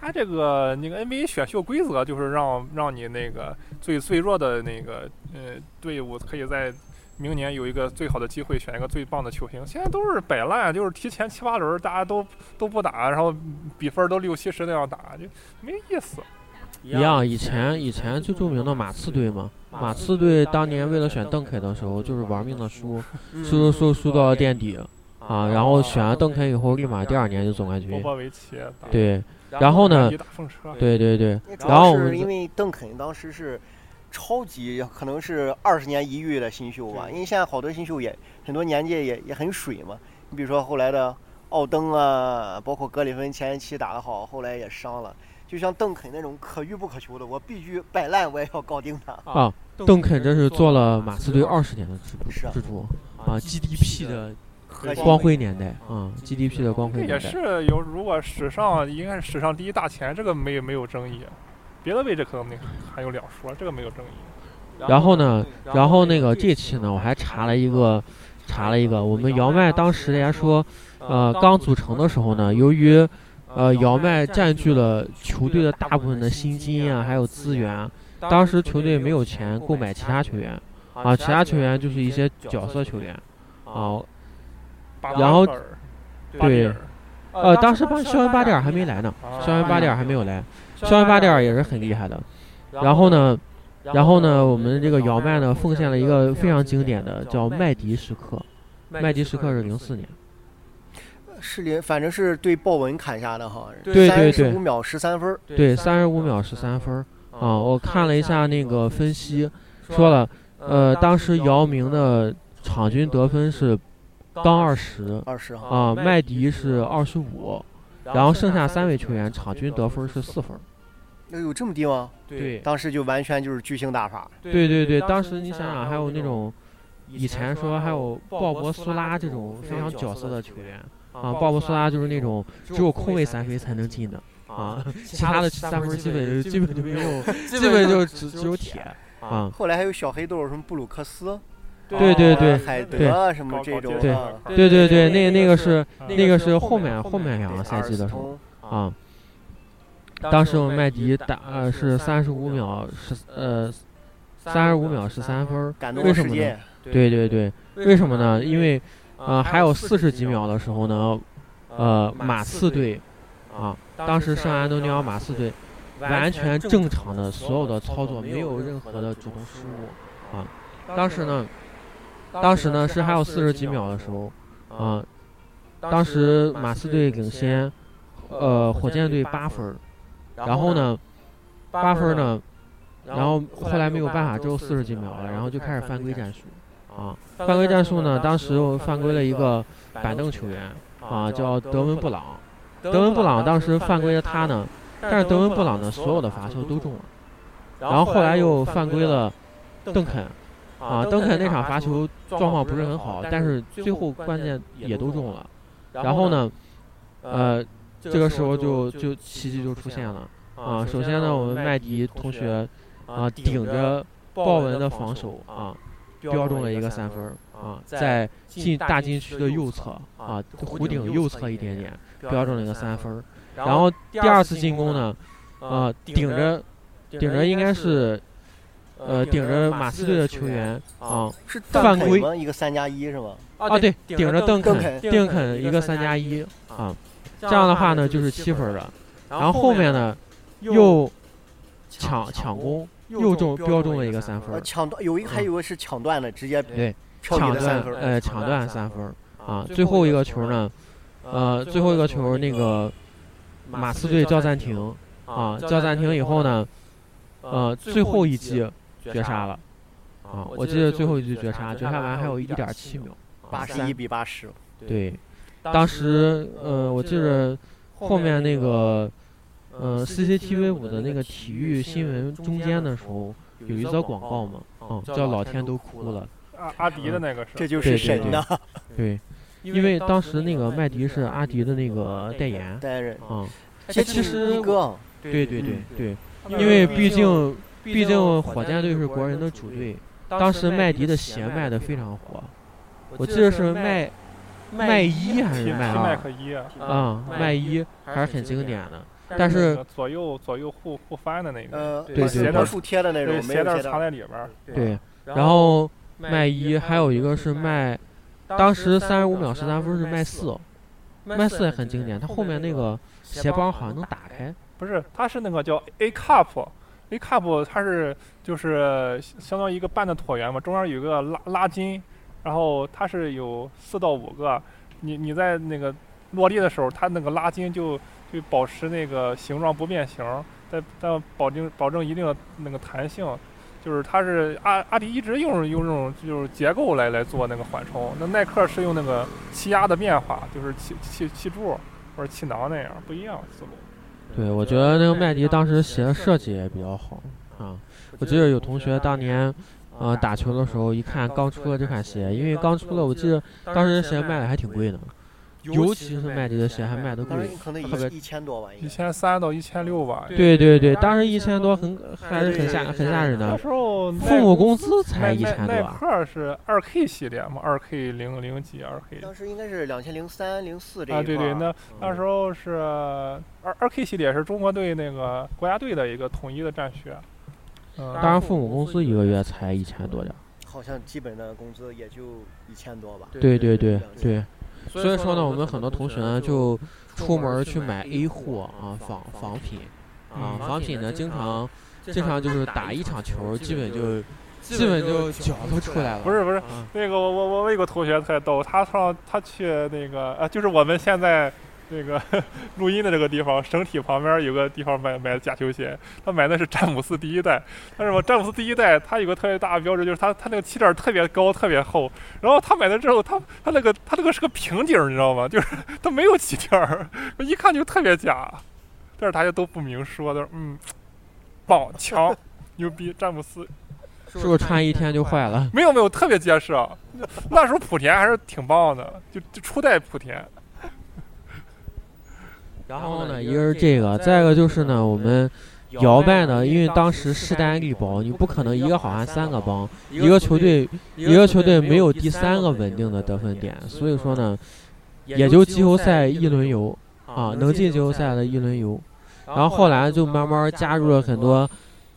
S6: 他这个那个 NBA 选秀规则就是让让你那个呃最最弱的那个呃队伍可以在明年有一个最好的机会选一个最棒的球星。现在都是摆烂，就是提前七八轮大家都都不打，然后比分都六七十那样打，就没意思。
S1: 一样，以前以前最著名的马刺队嘛，马刺队当年为了选邓肯的时候，就是玩命的输，输输输输到垫底啊，然后选了邓肯以后，立马第二年就总冠
S6: 波
S1: 军。
S6: 波维奇打
S1: 对，然后呢
S6: 一，大风车，
S1: 对对对，
S5: 那主
S1: 然后
S5: 要
S1: 我们
S5: 是
S1: 再
S5: 因为邓肯当时是超级，可能是二十年一遇的新秀吧，因为现在好多新秀也很多年纪也也很水嘛。你比如说后来的奥登啊，包括格里芬前一期打得好，后来也伤了。就像邓肯那种可遇不可求的，我必须摆烂，我也要搞定他。
S1: 啊，邓肯这是做了马刺队二十年的支
S5: 是
S1: 柱
S5: 啊
S1: 支柱啊，GDP 的
S5: 核心
S1: 光辉年代啊，GDP 的光辉
S6: 这也
S1: 年代。
S6: 是有，如果史上应该是史上第一大前，这个没没有争议。别的位置可能那还有两说，这个没有争议。
S1: 然后呢，然后那个这期呢，我还查了一个，查了一个，我们姚麦当时人家说，呃，刚组成的时候呢，由于呃姚麦占据了球队的大部分的薪金啊，还有资源，当时球队没有钱购买其他球员啊，其他球员就是一些角色球员啊，
S6: 巴
S1: 然后
S6: 特尔巴蒂
S1: 对
S6: 尔，
S1: 呃，当时巴肖恩巴蒂尔还没来呢，
S6: 啊
S1: 肖恩巴蒂尔还没有来，肖恩巴蒂尔也是很厉害的，然后呢。然后呢，我们这个姚麦呢，奉献了一个非常经典的叫麦迪时刻。麦迪时刻是零四年，
S5: 是连，反正是对鲍文砍下的哈，
S1: 对对对
S5: 十五秒十三分儿，
S1: 对，三十五秒十三分儿啊。我看了一下那个分析，说了，呃，当时姚明的场均得分是刚二十
S5: 二十哈。
S1: 啊，麦迪是二十五，然后剩下三位球员场均得分是四分儿。
S5: 那有这么低吗？
S1: 对
S5: 当时就完全就是巨星打法，
S1: 对对对，当时你想想，还有那种以前说还有鲍勃苏拉这种非常角色的球员啊，鲍勃苏拉就是那种只有空位三分才能进的啊，其他的三分基本基本就没有，基本就只只有铁啊。
S5: 后来还有小黑豆，什么布鲁克斯，
S1: 对对对
S5: 哦海
S1: 对
S5: 德啊什么这种
S1: 对
S5: 啊，
S1: 对对对，那那个是
S6: 啊
S1: 那个是后面后面两个赛
S5: 阿尔
S1: 季
S5: 斯
S1: 的时候
S5: 通
S1: 啊。当时我们麦迪打呃是三十五秒十呃三十五秒十三分儿，
S5: 感动
S1: 为
S5: 了
S1: 什
S5: 世
S1: 么
S5: 界
S1: 呢？。对对对，为什么呢？因为呃还有四十几秒的时候呢，呃马刺队啊，当时圣安东尼奥马刺队完全正常的所有的操作，没有任何的主动失误啊。当时呢，当时呢是还有四十几秒的时候啊，当时马刺队领先呃火箭队八分儿，然后呢八分儿呢。然后后来没有办法，只有四十几秒了，然后就开始犯规战术啊。犯规战术呢，当时我犯规了一个板凳球员啊，叫德文布朗。德文布朗当时犯规了他呢，但是德文布朗呢，所有的罚球都中了。然后后来又犯规了邓肯啊，邓肯那场罚球状况不是很好，但是最后关键也都中了。然后呢，呃，这个时候就就奇迹就出现了啊。首先呢，我们麦迪同学啊顶着鲍文的防守啊，标中了一个三分儿啊，在进大禁区的右侧啊，弧顶右侧一点点标中了一个三分儿。然后第二次进攻呢，呃，顶着顶着应该是呃顶着马刺队的球员啊
S5: 是
S1: 犯
S5: 邓肯
S1: 规
S5: 吗？一个三加一是吗？
S1: 啊对，顶着邓
S5: 邓
S1: 肯
S5: 肯
S1: 邓肯一个三加一啊，这样的话呢就是七分儿了。然后后面呢又抢抢攻又中标中了一个三分
S5: 呃，
S1: 儿，
S5: 抢断有一个还有一个是抢断的，直接
S1: 对
S5: 跳
S1: 嗯抢
S5: 你的三
S1: 断
S5: 分儿。
S1: 呃抢断三分儿啊，最后一个球呢。呃，最后一个球那个马刺队叫暂停啊，叫暂停以后呢，呃，最后一击绝杀了啊，我记得最后一击绝杀，绝杀完还有一点七秒，
S5: 八十一比八十，
S1: 对，当时呃，我记着后面那个呃 CCTV 五的那个体育新闻中间的时候有一则广告嘛，啊，叫老天都哭了，
S6: 阿阿迪的那个是
S5: 这就
S1: 对
S5: 是
S1: 对
S5: 神
S1: 对
S5: 呐！
S1: 对，因为当时那个麦迪是阿迪的那个代言
S5: 代言人，
S1: 啊。
S5: 这
S1: 哎其实
S5: 一哥啊，
S1: 对对对
S5: 嗯
S1: 对，
S6: 因
S1: 因为毕竟毕
S3: 竟
S1: 竟火箭队是国人的主队，当
S3: 当
S1: 时
S3: 时
S1: 麦
S3: 麦
S1: 迪
S3: 迪
S1: 的
S3: 的
S1: 鞋
S3: 鞋
S1: 卖
S3: 卖的
S1: 的非
S3: 非常，
S1: 常火，
S3: 我
S1: 我
S3: 记
S1: 记
S3: 得是
S1: 得是
S3: 卖
S1: 卖
S3: 卖
S1: 一
S3: 一
S1: 还
S3: 还
S1: 是
S3: 是
S1: 卖
S3: 卖
S6: 皮
S1: 二
S6: 麦
S3: 二
S6: 克一啊，
S1: 啊，卖
S3: 卖
S1: 一
S3: 一
S1: 还
S3: 还是
S1: 是很
S3: 很
S1: 经
S3: 经
S1: 典的。嗯但
S3: 但
S1: 是
S3: 是
S6: 那个左右左右互互翻的那个，
S5: 呃，
S3: 对
S5: 把
S1: 对
S5: 鞋带
S1: 对
S5: 儿竖贴的那
S6: 对，
S5: 种，没
S6: 鞋
S5: 有
S6: 带
S5: 鞋
S6: 儿
S5: 带
S6: 藏
S5: 儿。
S6: 在里边儿，
S1: 对，然
S3: 然后
S1: 后卖
S3: 卖
S1: 一
S3: 一
S1: 还
S3: 还
S1: 有
S3: 有
S1: 一
S3: 一
S1: 个
S3: 个
S1: 是
S3: 是
S1: 卖
S3: 卖，
S1: 当
S3: 当
S1: 时
S3: 时
S1: 三
S3: 三十
S1: 十五
S3: 五
S1: 秒
S3: 秒十
S1: 十三
S3: 三
S1: 分
S3: 分
S1: 是
S3: 是
S1: 卖
S3: 卖
S1: 四
S3: 四，，
S1: 卖
S3: 卖
S1: 四
S3: 四
S1: 也
S3: 也
S1: 很
S3: 很
S1: 经
S3: 经
S1: 典，
S3: 典，
S1: 它
S3: 它
S1: 后
S3: 后
S1: 面
S3: 面
S1: 那
S3: 那个
S1: 个
S3: 鞋
S1: 鞋帮
S3: 帮
S1: 好
S3: 好
S1: 像
S3: 像
S1: 能
S3: 能
S1: 打
S3: 打
S1: 开
S3: 开。
S6: 不是，它是那个叫 A cup。A cup 它是就是相当于一个半的椭圆嘛，中间有一个拉拉筋，然后它是有四到五个，你你在那个落地的时候，它那个拉筋就就保持那个形状不变形，但但保证保证一定的那个弹性，就是它是阿阿迪一直用用这种就是结构来来做那个缓冲，那耐克是用那个气压的变化，就是气气气柱或者气囊那样不一样思路。
S1: 对，我觉得那个麦迪当时鞋设计也比较好啊。我记得有同学当年呃
S3: 呃，
S1: 打
S3: 打
S1: 球
S3: 球
S1: 的
S3: 的
S1: 时
S3: 时
S1: 候
S3: 候
S1: 一
S3: 一
S1: 看
S3: 看
S1: 刚
S3: 刚
S1: 出
S3: 出
S1: 了
S3: 了
S1: 这
S3: 这
S1: 款
S3: 款
S1: 鞋，
S3: 鞋，
S1: 因
S3: 因
S1: 为
S3: 为
S1: 刚
S3: 刚
S1: 出
S3: 出
S1: 了，
S3: 了，
S1: 我
S3: 我
S1: 记
S3: 记得
S1: 得当
S3: 当
S1: 时
S3: 时
S1: 鞋
S3: 鞋
S1: 卖
S3: 卖
S1: 的
S3: 的
S1: 还
S3: 还
S1: 挺
S3: 挺
S1: 贵
S3: 贵
S1: 的
S3: 的，，
S1: 尤
S3: 尤
S1: 其
S3: 其
S1: 是
S3: 是
S1: 麦
S3: 麦
S1: 迪
S3: 迪
S1: 的
S3: 的
S1: 鞋
S3: 鞋
S1: 还
S3: 还
S1: 卖
S3: 卖
S1: 得
S3: 的
S1: 贵
S5: 当时
S3: 贵。
S5: 可能
S1: 特别
S5: 一一千多吧，应
S6: 一
S5: 该。
S6: 千三到一千六吧，应该
S1: 对对对，
S3: 当
S1: 当时
S3: 时
S1: 一
S3: 一
S1: 千
S3: 千多
S1: 多很还
S3: 还
S1: 是
S3: 是
S1: 很吓
S3: 很
S1: 很
S3: 吓
S1: 吓人
S3: 人
S1: 的
S6: 那
S3: 的，
S6: 时候耐
S1: 父母工资才
S6: 耐
S1: 一千
S6: 耐
S1: 多
S6: 耐
S1: 啊，
S6: 克是二 K 系列嘛，二 K 零零几二 K
S5: 当时应该是两千零三、零四这一
S6: 啊，对对，
S5: 块儿嗯
S6: 那那时候是二二 K 系列是中国队那个国家队的一个统一的战靴，嗯，
S1: 当然父母工资一个月才一千多点儿。
S5: 好像基本的工资也就一千多吧。
S1: 对
S3: 对
S1: 对
S3: 对
S1: 对
S3: 对，
S1: 对，
S3: 所
S1: 所以
S3: 以
S1: 说
S3: 说
S1: 呢，
S3: 呢，
S1: 我
S3: 我
S1: 们
S3: 们
S1: 很
S3: 很
S1: 多
S3: 多
S1: 同
S3: 同
S1: 学
S3: 学
S1: 呢
S3: 呢
S1: 就
S3: 就
S1: 出
S3: 出
S1: 门
S3: 门
S1: 儿
S3: 儿
S1: 去
S3: 去
S1: 买
S3: 买
S1: A
S3: A
S1: 货
S3: 货
S1: 啊
S3: 啊，
S1: 仿
S3: 仿
S1: 仿
S3: 仿
S1: 品
S3: 品
S1: 啊
S3: 啊，
S1: 仿
S3: 仿
S1: 品
S3: 品
S1: 呢
S3: 呢
S1: 经
S3: 经
S1: 常
S3: 常
S1: 经
S3: 经
S1: 常
S3: 常
S1: 就
S3: 就是是
S1: 打
S3: 打
S1: 一
S3: 一
S1: 场
S3: 场
S1: 球，
S3: 球
S1: 基
S3: 基
S1: 本
S3: 本
S1: 就
S3: 就
S1: 基本就脚都出来了。
S6: 不是不是
S3: 嗯
S1: 啊，
S6: 那个我我我我有个同学特逗，他上他去那个啊，就是我们现在那个 录音的这个地方，省体旁边有个地方买买假球鞋，他买的是詹姆斯第一代。但是我詹姆斯第一代，它有个特别大的标志，就是它它那个气垫儿特别高，特别厚。然后他买了之后，他他那个他那个是个平底儿，你知道吗？就是 它没有气垫儿，一看就特别假。但是大家都不明说，都是嗯，棒强。牛逼，詹姆斯
S1: 是不是穿一天就坏了？
S6: 没有没有，特别结实啊。那时候莆田还是挺棒的，就就初代莆田。
S1: 然
S3: 然
S1: 后
S3: 后
S1: 呢，
S3: 呢
S1: 一
S3: 一
S1: 个
S3: 个
S1: 是
S3: 是
S1: 这
S3: 这
S1: 个，
S3: 个
S1: 再
S3: 再
S1: 一
S3: 一
S1: 个
S3: 个
S1: 就
S3: 就是是
S1: 呢，
S3: 呢
S1: 我
S3: 我
S1: 们
S3: 摇
S1: 摇
S3: 摆
S1: 摆呢，
S3: 呢，因
S1: 因为
S3: 为
S1: 当
S3: 当
S1: 时
S3: 时
S1: 势
S3: 势
S1: 单
S3: 单
S1: 力
S3: 力
S1: 薄，
S3: 薄，
S1: 你
S3: 你
S1: 不
S3: 不
S1: 可
S3: 可能
S1: 能一
S3: 一
S1: 个
S3: 个
S1: 好
S3: 好
S1: 汉
S3: 汉
S1: 三
S3: 三
S1: 个
S3: 个帮，
S1: 帮，一
S3: 一
S1: 个
S3: 个
S1: 球
S3: 球
S1: 队
S3: 队
S1: 一
S3: 一
S1: 个
S3: 个
S1: 球
S3: 球
S1: 队
S3: 队
S1: 没
S3: 没
S1: 有
S3: 有
S1: 第
S3: 第
S1: 三
S3: 三
S1: 个
S3: 个
S1: 稳
S3: 稳
S1: 定
S3: 定的
S1: 的得
S3: 得
S1: 分
S3: 分
S1: 点
S3: 点，，
S1: 所
S3: 所
S1: 以
S3: 以
S1: 说
S3: 说呢，
S1: 呢，也
S3: 也
S1: 就
S3: 就
S1: 季
S3: 季
S1: 后
S3: 后
S1: 赛
S3: 赛
S1: 一
S3: 一
S1: 轮
S3: 轮
S1: 游
S3: 游
S1: 啊
S3: 啊，，
S1: 能
S3: 能
S1: 进
S3: 进
S1: 季
S3: 季
S1: 后
S3: 后
S1: 赛
S3: 赛
S1: 的
S3: 的
S1: 一
S3: 一
S1: 轮
S3: 轮游。
S1: 游。然
S3: 然
S1: 后
S3: 后
S1: 后
S3: 后
S1: 来
S3: 来就
S1: 就慢
S3: 慢
S1: 慢
S3: 慢
S1: 加
S3: 加
S1: 入
S3: 入
S1: 了
S3: 了
S1: 很
S3: 很
S1: 多
S3: 多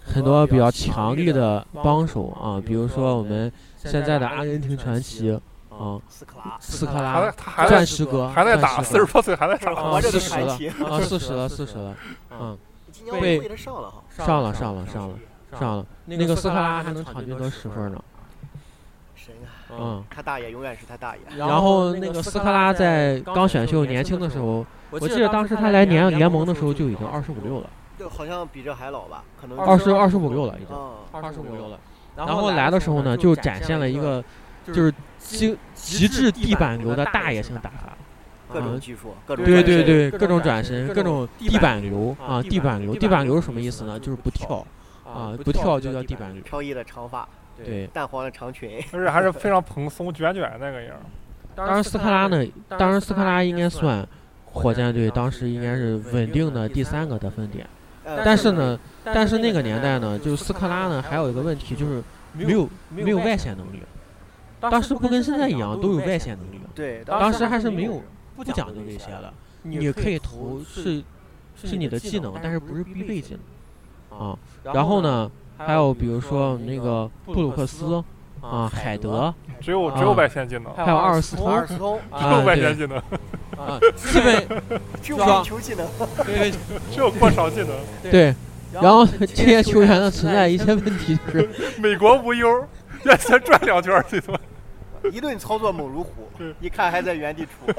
S1: 很
S3: 很
S1: 多
S3: 多
S1: 比
S3: 比
S1: 较
S3: 较
S1: 强
S3: 强
S1: 力
S3: 力
S1: 的
S3: 的
S1: 帮
S3: 帮
S1: 手
S3: 手
S1: 啊
S3: 啊，
S1: 比
S3: 比
S1: 如
S3: 如
S1: 说
S3: 说
S1: 我
S3: 我
S1: 们
S3: 们
S1: 现
S3: 现
S1: 在
S3: 在
S1: 的
S3: 的
S1: 阿
S3: 阿
S1: 根
S3: 根
S1: 廷
S3: 廷
S1: 传
S3: 传
S1: 奇
S3: 奇
S1: 啊，
S5: 斯克拉，
S1: 斯科
S6: 还
S1: 拉
S6: 在，他还在
S1: 钻石哥，
S6: 还在打，
S1: 钻石
S6: 四
S1: 哥
S6: 十多岁还在打。
S1: 啊
S5: 活着
S1: 四
S5: 都
S1: 十
S5: 传
S1: 了
S5: 奇。
S1: 啊，四十了，四十了，嗯，
S5: 今年奥运
S1: 被
S5: 会他上了哈，
S1: 上
S3: 上
S1: 了，
S3: 了
S1: 上
S3: 上
S1: 了，
S3: 了
S1: 上
S3: 上
S1: 了
S3: 了，
S1: 上了。那
S3: 那
S1: 个
S3: 个
S1: 斯
S3: 斯
S1: 科
S3: 科
S1: 拉
S3: 拉还
S1: 还能
S3: 能
S1: 场
S3: 场
S1: 均
S3: 均
S1: 得
S3: 得
S1: 十
S3: 十
S1: 分
S3: 分
S1: 呢，
S5: 神啊，
S1: 嗯。
S5: 他大爷永远是他大爷。
S1: 然
S3: 然
S1: 后
S3: 后
S1: 那
S3: 那
S1: 个
S3: 个
S1: 斯
S3: 斯
S1: 科
S3: 科
S1: 拉
S3: 拉
S1: 在
S3: 在
S1: 刚
S3: 刚
S1: 选
S3: 选
S1: 秀
S3: 秀
S1: 年
S3: 年
S1: 轻
S3: 轻
S1: 的
S3: 的
S1: 时
S3: 时
S1: 候
S3: 候，
S1: 我
S3: 我
S1: 记
S3: 记
S1: 得
S3: 得
S1: 当
S3: 当时
S1: 时他
S3: 他
S1: 来
S3: 来
S1: 联
S3: 联
S1: 联
S3: 联
S1: 盟
S3: 盟
S1: 的
S3: 的
S1: 时
S3: 时
S1: 候
S3: 候
S1: 就
S3: 就
S1: 已
S3: 已
S1: 经
S3: 经
S1: 二
S3: 二
S1: 十
S3: 十
S1: 五
S3: 五
S1: 六
S3: 六
S1: 了
S3: 了，，
S5: 好像比这还老吧？可能
S1: 二十
S3: 20
S1: 二十五六了已经。
S5: 啊，
S1: 二
S3: 二
S1: 十
S3: 十
S1: 五
S3: 五
S1: 六
S3: 六
S1: 了
S3: 了。
S1: 然
S3: 然
S1: 后
S3: 后
S1: 来
S3: 来
S1: 的
S3: 的
S1: 时
S3: 时
S1: 候
S3: 候
S1: 呢，
S3: 呢
S1: 就
S3: 就
S1: 展
S3: 展
S1: 现
S3: 现
S1: 了
S3: 了
S1: 一
S3: 一
S1: 个
S3: 个
S1: 就是
S3: 极
S1: 极极
S3: 极
S1: 致
S3: 致
S1: 地
S3: 地
S1: 板
S3: 板
S1: 流
S3: 流
S1: 的
S3: 的
S1: 大
S3: 大
S1: 爷
S3: 爷
S1: 性
S3: 性
S1: 打
S3: 打
S1: 法
S3: 法。
S5: 各种技术，各种
S1: 啊对
S5: 转
S1: 对
S5: 身
S1: 对，
S3: 各
S1: 各
S3: 种
S1: 种
S3: 转
S1: 转
S3: 身
S1: 身，各
S3: 各
S1: 种
S3: 种
S1: 地
S3: 地
S1: 板
S3: 板
S1: 流
S3: 流
S1: 啊，
S3: 啊
S1: 地
S3: 地
S1: 板
S3: 板
S1: 流，
S3: 流
S1: 地
S3: 地
S1: 板
S3: 板
S1: 流
S3: 流
S1: 是
S3: 是
S1: 什
S3: 什
S1: 么
S3: 么
S1: 意
S3: 意
S1: 思
S3: 思
S1: 呢？
S3: 呢
S1: 就
S3: 就是是
S1: 不
S3: 不
S1: 跳
S3: 跳
S1: 啊，不
S3: 不
S1: 跳
S3: 跳就
S1: 就叫
S3: 叫
S1: 地
S3: 地
S1: 板
S3: 板
S1: 流
S3: 流。
S5: 飘逸的长发，
S1: 对，
S5: 淡黄的长 裙，
S6: 而且还是非常蓬松、卷卷那个样儿。
S3: 当
S1: 当
S3: 然
S1: 然
S3: 斯
S1: 斯
S3: 科
S1: 科
S3: 拉
S1: 拉
S3: 呢
S1: 呢，，当
S3: 当
S1: 然
S3: 然
S1: 斯
S3: 斯
S1: 科
S3: 科
S1: 拉
S3: 拉
S1: 应
S3: 应
S1: 该
S3: 该算
S1: 算火箭队当时应该是稳定的第三个得分点。
S5: 呃
S1: 但是，呢，但
S3: 但
S1: 是
S3: 是
S1: 那
S3: 那
S1: 个
S3: 个
S1: 年
S3: 年
S1: 代
S3: 代
S1: 呢，
S3: 呢，
S1: 就
S3: 就是是
S1: 斯
S3: 斯
S1: 科
S3: 科
S1: 拉
S3: 拉
S1: 呢
S3: 呢
S1: 还
S3: 还
S1: 有
S3: 有
S1: 一
S3: 一
S1: 个
S3: 个
S1: 问
S3: 问题
S1: 题
S3: 就
S1: 就
S3: 是是
S1: 没有没
S3: 没
S1: 有
S3: 有
S1: 外
S3: 外线
S1: 线能
S3: 能
S1: 力
S3: 力。。
S1: 当
S3: 当
S1: 时
S3: 时
S1: 不
S3: 不
S1: 跟
S3: 跟
S1: 现
S3: 现
S1: 在
S3: 在
S1: 一
S3: 一
S1: 样
S3: 样
S1: 都
S3: 都
S1: 有
S3: 有
S1: 外
S3: 外
S1: 线
S3: 线
S1: 能
S3: 能
S1: 力
S3: 力，
S5: 对，
S1: 当
S3: 当
S1: 时
S3: 时
S1: 还
S3: 还
S1: 是
S3: 是
S1: 没
S3: 没
S1: 有
S3: 有不
S1: 不讲
S3: 讲究
S1: 究
S3: 这
S1: 这些
S3: 些
S1: 了
S3: 了，，
S1: 你
S3: 你
S1: 可
S3: 可
S1: 以
S3: 以
S1: 投
S3: 投
S1: 是
S3: 是
S1: 是
S3: 是
S1: 你
S3: 你
S1: 的
S3: 的
S1: 技
S3: 技能，，
S1: 能但
S3: 但
S1: 是
S3: 是
S1: 不
S3: 不
S1: 是
S3: 是
S1: 必
S3: 必
S1: 备
S3: 备
S1: 技
S3: 技
S1: 能
S3: 能
S1: 啊
S3: 啊。
S1: 然
S3: 然
S1: 后
S3: 后
S1: 呢
S3: 呢，，
S1: 还
S3: 还
S1: 有
S3: 有
S1: 比
S3: 比
S1: 如
S3: 如
S1: 说
S3: 说
S1: 那
S3: 那
S1: 个
S3: 个
S1: 布
S3: 布鲁
S1: 鲁克
S3: 克
S1: 斯
S3: 斯
S1: 啊、
S3: 啊、
S1: 海
S3: 海
S1: 德
S3: 德，
S6: 只有
S1: 啊
S6: 只有外线技能，
S1: 还有
S3: 阿
S1: 阿尔
S3: 尔
S1: 斯
S3: 斯
S1: 通
S5: 二十通，
S6: 只
S1: 啊，
S6: 有外线
S1: 对
S6: 技能，
S1: 啊，基本
S5: 就
S1: 装
S5: 一球技能，
S1: 对
S6: 只有过场技能。
S1: 对。然后这些球员的
S5: 的
S1: 存在一些问题就是
S6: 美国无忧，要先转两圈儿最多。
S5: 一顿操作猛如虎，一看还在原地杵。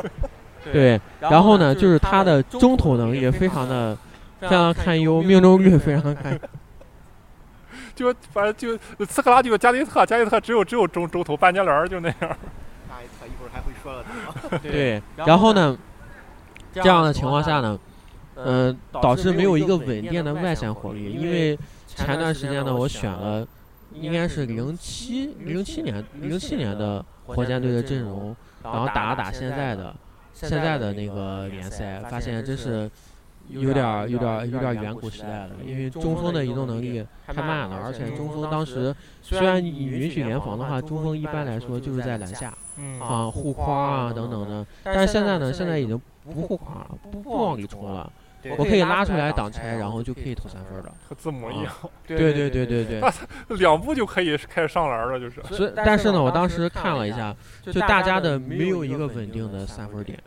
S1: 对，然
S3: 然
S1: 后
S3: 后
S1: 呢，
S3: 呢，
S1: 就
S3: 就是是
S1: 他
S3: 他
S1: 的
S3: 的
S1: 中
S3: 中
S1: 投
S3: 投
S1: 能
S3: 能
S1: 力
S3: 力
S1: 也
S3: 也
S1: 非
S3: 非
S1: 常
S3: 常
S1: 的
S3: 的
S1: 非
S3: 非
S1: 常
S3: 常
S1: 堪
S3: 堪
S1: 忧，
S3: 忧，
S1: 命
S3: 命
S1: 中
S3: 中
S1: 率
S3: 率
S1: 非
S3: 非
S1: 常
S3: 常
S1: 堪
S3: 堪。
S6: 就反正就斯科拉就有加内特，加内特只有只有中中投半截篮儿就那样儿。
S5: 那一块哎一会儿还会说到他。
S1: 对，然
S3: 然
S1: 后
S3: 后呢，
S1: 呢，这
S3: 这
S1: 样
S3: 样
S1: 的
S3: 的
S1: 情
S3: 情况
S1: 况
S3: 下
S1: 下
S3: 呢，
S1: 呢，
S3: 呃，
S1: 呃，导
S3: 导
S1: 致
S3: 致
S1: 没
S3: 没
S1: 有
S3: 有
S1: 一
S3: 一
S1: 个
S3: 个
S1: 稳
S3: 稳
S1: 定
S3: 定
S1: 的
S3: 的
S1: 外
S3: 外
S1: 线
S3: 线
S1: 火
S3: 火
S1: 力，
S3: 力
S1: 因
S3: 因
S1: 为
S3: 为
S1: 前
S3: 前
S1: 段
S3: 段
S1: 时
S3: 时
S1: 间
S3: 间
S1: 呢，
S3: 呢
S1: 我
S3: 我
S1: 选
S3: 选
S1: 了
S3: 了
S1: 应该是零七零七年零七年的火箭队的阵容，然后打了打现在的现在的那个联赛，发现真是有点儿有点儿有点儿远古时代了，因为中锋的移动能力太慢了，而且中锋当时虽然你允许联防的话，中锋一般来说就是在篮下
S6: 嗯
S1: 啊护框啊等等的，
S3: 但
S1: 但是
S3: 是
S1: 现
S3: 现
S1: 在
S3: 在
S1: 呢，
S3: 呢，
S1: 现
S3: 现
S1: 在
S3: 在
S1: 已
S3: 已经
S1: 经不护框了，不不往里冲了，
S3: 对
S1: 我
S3: 我
S1: 可
S3: 可
S1: 以
S3: 以
S1: 拉
S3: 拉
S1: 出
S3: 出
S1: 来
S3: 来
S1: 挡
S3: 挡
S1: 拆，
S3: 拆，
S1: 然
S3: 然
S1: 后
S3: 后就
S1: 就可
S3: 可
S1: 以
S3: 以
S1: 投
S3: 投
S1: 三
S3: 三
S1: 分
S3: 分
S1: 了
S3: 了。。
S6: 和字母一样，
S1: 啊对对对对对。
S6: 两步就可以开上篮了，就是。
S1: 所以，但
S3: 但
S1: 是
S3: 是
S1: 呢，
S3: 呢，
S1: 我
S3: 我
S1: 当
S3: 当
S1: 时
S3: 时
S1: 看
S3: 看
S1: 了
S3: 了
S1: 一
S3: 一下，
S1: 下，
S3: 就
S1: 就
S3: 大
S1: 大
S3: 家
S1: 家
S3: 的
S1: 的
S3: 没
S1: 没
S3: 有
S1: 有
S3: 一
S1: 一
S3: 个
S1: 个
S3: 稳
S1: 稳
S3: 定
S1: 定
S3: 的
S1: 的
S3: 三
S1: 三
S3: 分
S1: 分
S3: 点
S1: 点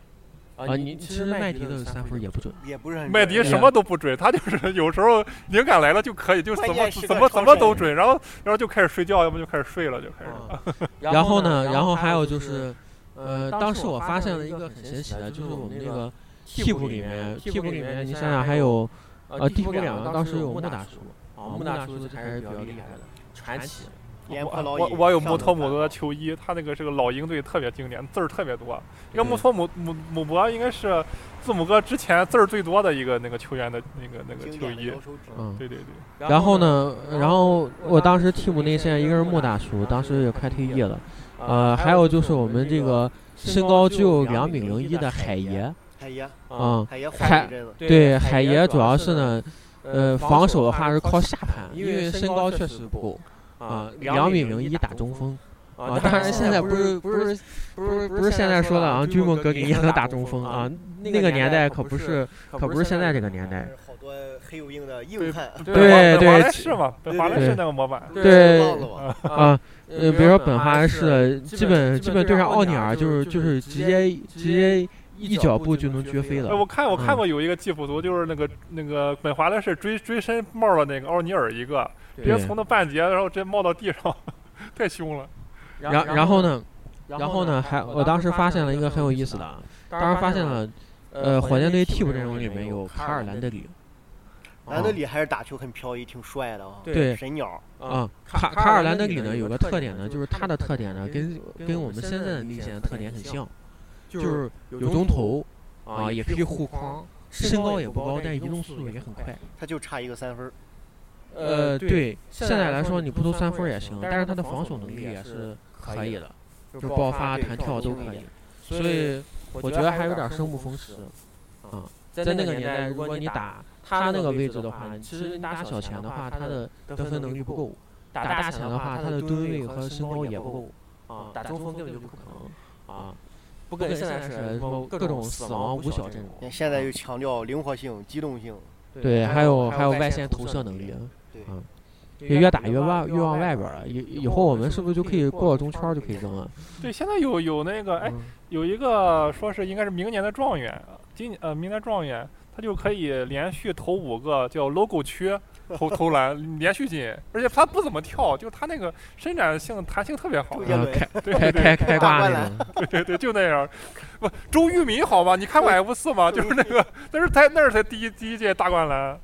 S3: 啊，
S1: 啊，
S3: 你
S1: 你
S3: 其
S1: 其
S3: 实
S1: 实
S3: 麦
S1: 麦
S3: 迪
S1: 迪
S3: 的
S1: 的
S3: 三
S1: 三
S3: 分
S1: 分
S3: 也
S1: 也
S3: 不
S1: 不
S3: 准
S1: 准，
S5: 也不是很
S6: 麦迪
S5: 准
S6: 什么都不准，他就是 有时候灵感来了就可以，就怎么怎么怎么都准，然后然后就开始睡觉，要么就开始睡了，就开始。
S1: 然
S3: 然
S1: 后
S3: 后
S1: 呢，
S3: 呢，
S1: 然
S3: 然
S1: 后
S3: 后
S1: 还
S3: 还
S1: 有
S3: 有
S1: 就
S3: 就是是，
S1: 呃，
S3: 呃，
S1: 当
S3: 当
S1: 时
S3: 时
S1: 我
S3: 我
S1: 发
S3: 发
S1: 现
S3: 现
S1: 了
S3: 了
S1: 一
S3: 一
S1: 个
S3: 个
S1: 很
S3: 很
S1: 神
S3: 神
S1: 奇
S3: 奇
S1: 的，
S3: 的，
S1: 就
S3: 就是是
S1: 我
S3: 我
S1: 们
S3: 们
S1: 那
S3: 那
S1: 个
S3: 个
S1: 替
S3: 替
S1: 补
S3: 补
S1: 里
S3: 里
S1: 面，
S3: 面，
S1: 替
S3: 替
S1: 补
S3: 补
S1: 里
S3: 里
S1: 面
S3: 面
S1: 你
S3: 你
S1: 想
S3: 想
S1: 想
S3: 想
S1: 还
S3: 还有
S1: 有
S3: 呃
S1: 替
S3: 替
S1: 补
S3: 补
S1: 里面
S3: 两个
S1: 当
S3: 当
S1: 时
S3: 时
S1: 有
S3: 有
S1: 穆
S3: 穆
S1: 大
S3: 大
S1: 叔
S3: 叔，
S1: 啊，
S3: 啊
S1: 穆
S3: 穆
S1: 大
S3: 大
S1: 叔
S3: 叔
S1: 还
S3: 还
S1: 是
S3: 是
S1: 比
S3: 比
S1: 较
S3: 较
S1: 厉
S3: 厉
S1: 害
S3: 害
S1: 的
S3: 的，
S1: 传奇。
S5: 连
S6: 我
S5: 破老
S6: 我
S5: 鹰
S6: 我有
S5: 上
S6: 穆
S5: 都
S6: 托
S5: 打
S6: 姆多
S5: 到
S6: 的球衣，他那个是个老鹰队，特别经典，字儿特别多。那个
S1: 嗯
S6: 穆托姆姆姆博应该是字母哥之前字儿最多的一个那个球员的那个那个
S5: 经
S6: 球
S5: 典的
S6: 衣
S5: 高。手指
S1: 嗯，
S6: 对对对，
S1: 然
S3: 然
S1: 后
S3: 后呢，
S1: 呢，然后我当时替补内线一个是穆大叔，当时也快退役了，呃，还有就是我们这个身高只有两米零一的海爷，
S5: 海爷，
S1: 啊、
S5: 海爷
S1: 海
S5: 坏一阵子，
S1: 对，海
S3: 海
S1: 爷
S3: 爷
S1: 主
S3: 主
S1: 要
S3: 要
S1: 是
S3: 是呢，
S1: 呢，呃，
S3: 呃，
S1: 防
S3: 防
S1: 守
S3: 守
S1: 的
S3: 的
S1: 话
S3: 话
S1: 是
S3: 是
S1: 靠
S3: 靠
S1: 下
S3: 下
S1: 盘
S3: 盘，，因
S1: 因为
S3: 为
S1: 身
S3: 身
S1: 高
S3: 高
S1: 确
S3: 确
S1: 实
S3: 实
S1: 不
S3: 不
S1: 够
S3: 够
S1: 啊
S3: 啊，，
S1: 两
S3: 两
S1: 米
S3: 米
S1: 零
S3: 零
S1: 一
S3: 一
S1: 打
S3: 打
S1: 中
S3: 中锋
S1: 锋
S3: 啊。
S1: 当
S3: 当
S1: 然
S3: 然
S1: 现
S3: 现在
S1: 在不
S3: 不
S1: 是
S3: 是
S1: 不
S3: 不
S1: 是
S3: 是
S1: 不
S3: 不
S1: 是
S3: 是
S1: 不
S3: 不
S1: 是
S3: 是
S1: 现
S3: 现在
S1: 在说
S3: 说
S1: 的
S3: 的
S1: 啊，
S3: 啊
S1: 追
S3: 追
S1: 梦
S3: 梦
S1: 格
S3: 格
S1: 林
S3: 林
S1: 也
S3: 也
S1: 能
S3: 能
S1: 打
S3: 打
S1: 中
S3: 中
S1: 锋
S3: 锋
S1: 啊
S3: 啊，
S1: 那个年代可不是可不是现在这个年代，
S5: 是好多黑又硬的硬汉，
S1: 对
S6: 本华
S1: 对
S6: 莱士嘛，本华莱士那个模板。
S1: 对
S5: 忘了吧？
S1: 啊，呃，
S3: 呃，
S1: 比
S3: 比
S1: 如
S3: 如说
S1: 说本
S3: 本
S1: 华
S3: 华
S1: 莱
S3: 莱
S1: 士
S3: 士，
S1: 基
S3: 基
S1: 本
S3: 本
S1: 基
S3: 基
S1: 本
S3: 本
S1: 对
S3: 对
S1: 上
S3: 上
S1: 奥
S3: 奥
S1: 尼
S3: 尼
S1: 尔
S3: 尔
S1: 就
S3: 就是是就
S1: 就
S3: 是是
S1: 直
S3: 直
S1: 接
S3: 接
S1: 直接一
S3: 一
S1: 脚
S3: 脚
S1: 步
S3: 步
S1: 就
S3: 就
S1: 能
S3: 能
S1: 绝
S3: 绝
S1: 飞
S3: 飞
S1: 了
S6: 哎，。我看我
S1: 嗯
S6: 看过有一个记谱图，就是那个那个本华莱士追追身冒了那个奥尼尔一个，直接
S1: 对
S6: 从那半截，然后直接冒到地上， 太凶了。
S1: 然
S3: 然
S1: 后
S3: 后呢，
S1: 呢，
S3: 然
S1: 后
S3: 后
S1: 呢，
S3: 呢，
S1: 还
S3: 还
S1: 我
S3: 我
S1: 当
S3: 当
S1: 时
S3: 时
S1: 发
S3: 发
S1: 现
S3: 现
S1: 了
S3: 了
S1: 一
S3: 一
S1: 个
S3: 个
S1: 很
S3: 很
S1: 有
S3: 有
S1: 意
S3: 意
S1: 思
S3: 思
S1: 的
S3: 的，
S1: 啊，当
S3: 当然
S1: 时发
S3: 发
S1: 现
S3: 现
S1: 了
S3: 了，
S1: 呃，
S3: 呃，
S1: 火
S3: 火
S1: 箭
S3: 箭队
S1: 队替
S3: 替
S1: 补
S3: 补
S1: 阵
S3: 阵
S1: 容
S3: 容
S1: 里
S3: 里
S1: 面
S3: 面
S1: 有
S3: 有卡
S1: 卡尔
S3: 尔
S1: 兰
S3: 兰
S1: 德
S3: 德
S1: 里
S3: 里
S5: 兰德里还是打球很飘逸，挺帅的啊，
S1: 对
S5: 神鸟，
S1: 啊
S3: 啊，，
S1: 卡
S3: 卡
S1: 卡
S3: 卡
S1: 尔
S3: 尔
S1: 兰
S3: 兰
S1: 德
S3: 德
S1: 里
S3: 里
S1: 呢
S3: 呢
S1: 有
S3: 有个
S1: 个特
S3: 特
S1: 点
S3: 点
S1: 呢，
S3: 呢，
S1: 就
S3: 就是是
S1: 他
S3: 他的
S1: 的特
S3: 特点
S1: 点呢
S3: 呢
S1: 跟
S3: 跟
S1: 跟
S3: 跟
S1: 我
S3: 我
S1: 们
S3: 们
S1: 现
S3: 现
S1: 在
S3: 在
S1: 的
S3: 的内
S1: 内线
S3: 线
S1: 特
S3: 特点
S1: 点很
S3: 很
S1: 像
S3: 像，，
S1: 就
S3: 就是是
S1: 有
S3: 有
S1: 中
S3: 中
S1: 投
S3: 投
S1: 啊，
S3: 啊，
S1: 也
S3: 也
S1: 可
S3: 可
S1: 以
S3: 以
S1: 护
S3: 护
S1: 框
S3: 框，，
S1: 身
S3: 身
S1: 高
S3: 高
S1: 也
S3: 也
S1: 不
S3: 不高，，
S1: 高但
S3: 但
S1: 移
S3: 移
S1: 动
S3: 动
S1: 速
S3: 速
S1: 度
S3: 度
S1: 也
S3: 也
S1: 很
S3: 很
S1: 快
S3: 快。。
S5: 他就差一个三分儿。
S1: 呃，
S3: 呃，对，
S1: 对，现在来说你不投三分儿也行，但是他的防守能力也是可以的，就是爆发、弹跳都可以。所以我
S3: 我
S1: 觉
S3: 觉
S1: 得
S3: 得
S1: 还
S3: 还
S1: 有
S3: 有点
S1: 点生
S3: 生
S1: 不
S3: 不
S1: 逢
S3: 逢
S1: 时
S3: 时。
S1: 啊
S3: 啊。
S1: 在
S3: 在
S1: 那
S3: 那
S1: 个
S3: 个
S1: 年
S3: 年
S1: 代，
S3: 代
S1: 如
S3: 如
S1: 果
S3: 果
S1: 你
S3: 你
S1: 打
S3: 打
S1: 他
S3: 他那
S1: 那个
S3: 个
S1: 位
S3: 位
S1: 置
S3: 置
S1: 的
S3: 的
S1: 话
S3: 话，
S1: 你其
S3: 其
S1: 实
S3: 实
S1: 打
S3: 打
S1: 小
S3: 小
S1: 前
S3: 前
S1: 的
S3: 的
S1: 话，
S3: 话
S1: 他
S3: 他
S1: 的
S3: 的
S1: 得
S3: 得
S1: 分
S3: 分
S1: 能
S3: 能
S1: 力
S3: 力
S1: 不
S3: 不
S1: 够
S3: 够，
S1: 打
S3: 打
S1: 大
S3: 大
S1: 前
S3: 前
S1: 的
S3: 的
S1: 话，
S3: 话
S1: 他
S3: 他的
S1: 的吨
S3: 吨
S1: 位
S3: 位
S1: 和
S3: 和
S1: 身
S3: 身
S1: 高
S3: 高
S1: 也
S3: 也
S1: 不
S3: 不
S1: 够
S3: 够
S1: 啊
S3: 啊，
S1: 打
S3: 打
S1: 中
S3: 中
S1: 锋
S3: 锋根本
S1: 根本就
S3: 就
S1: 不
S3: 不
S1: 可
S3: 可
S1: 能
S3: 能
S1: 啊
S3: 啊。不
S1: 不跟
S3: 跟
S1: 现
S3: 现
S1: 在
S3: 在
S1: 是
S3: 是
S1: 什
S3: 什
S1: 么
S3: 么
S1: 各
S3: 各
S1: 种
S3: 种
S1: 死
S3: 死
S1: 亡
S3: 亡
S1: 五
S3: 五
S1: 小
S3: 小
S1: 阵
S3: 阵
S1: 容
S3: 容，
S5: 现在有强调灵活性、机动性，
S1: 对，还
S3: 还
S1: 有
S3: 还
S1: 有
S3: 外
S1: 外
S3: 线
S1: 线投
S3: 投
S1: 射
S3: 射
S1: 能
S3: 能
S1: 力
S3: 力，
S1: 了，
S3: 对
S1: 也
S3: 也
S1: 越
S3: 越
S1: 打
S3: 打
S1: 越
S3: 越
S1: 外
S3: 外
S1: 越
S3: 越
S1: 往
S3: 往
S1: 外
S3: 外
S1: 边
S3: 边
S1: 儿
S3: 儿
S1: 了。
S3: 了。
S1: 以
S3: 以
S1: 以
S3: 以
S1: 后
S3: 后
S1: 我
S3: 我
S1: 们
S3: 们
S1: 是
S3: 是
S1: 不
S3: 不
S1: 是
S3: 是
S1: 就
S3: 就
S1: 可
S3: 可
S1: 以
S3: 以
S1: 过
S3: 过
S1: 了
S3: 了
S1: 中
S3: 中
S1: 圈儿
S3: 圈
S1: 就
S3: 就
S1: 可
S3: 可
S1: 以
S3: 以
S1: 扔
S3: 扔
S1: 了
S3: 了？？
S6: 对，现在有有那个哎，
S1: 嗯
S6: 有一个说是应该是明年的状元，今呃明年状元，他就可以连续投五个叫 logo 区投投篮，连续进，而且他不怎么跳，就他那个伸展性弹性特别好
S5: 周，杰
S1: 啊，
S5: 伦
S1: 开
S6: 对
S1: 开
S6: 对
S1: 开开挂
S5: 灌
S1: 那
S5: 篮
S1: 种，
S6: 对对对，就那样。不，周渝民好吧？你看过 F 四吗？就是那个，那是才那是才第一第一届大灌篮。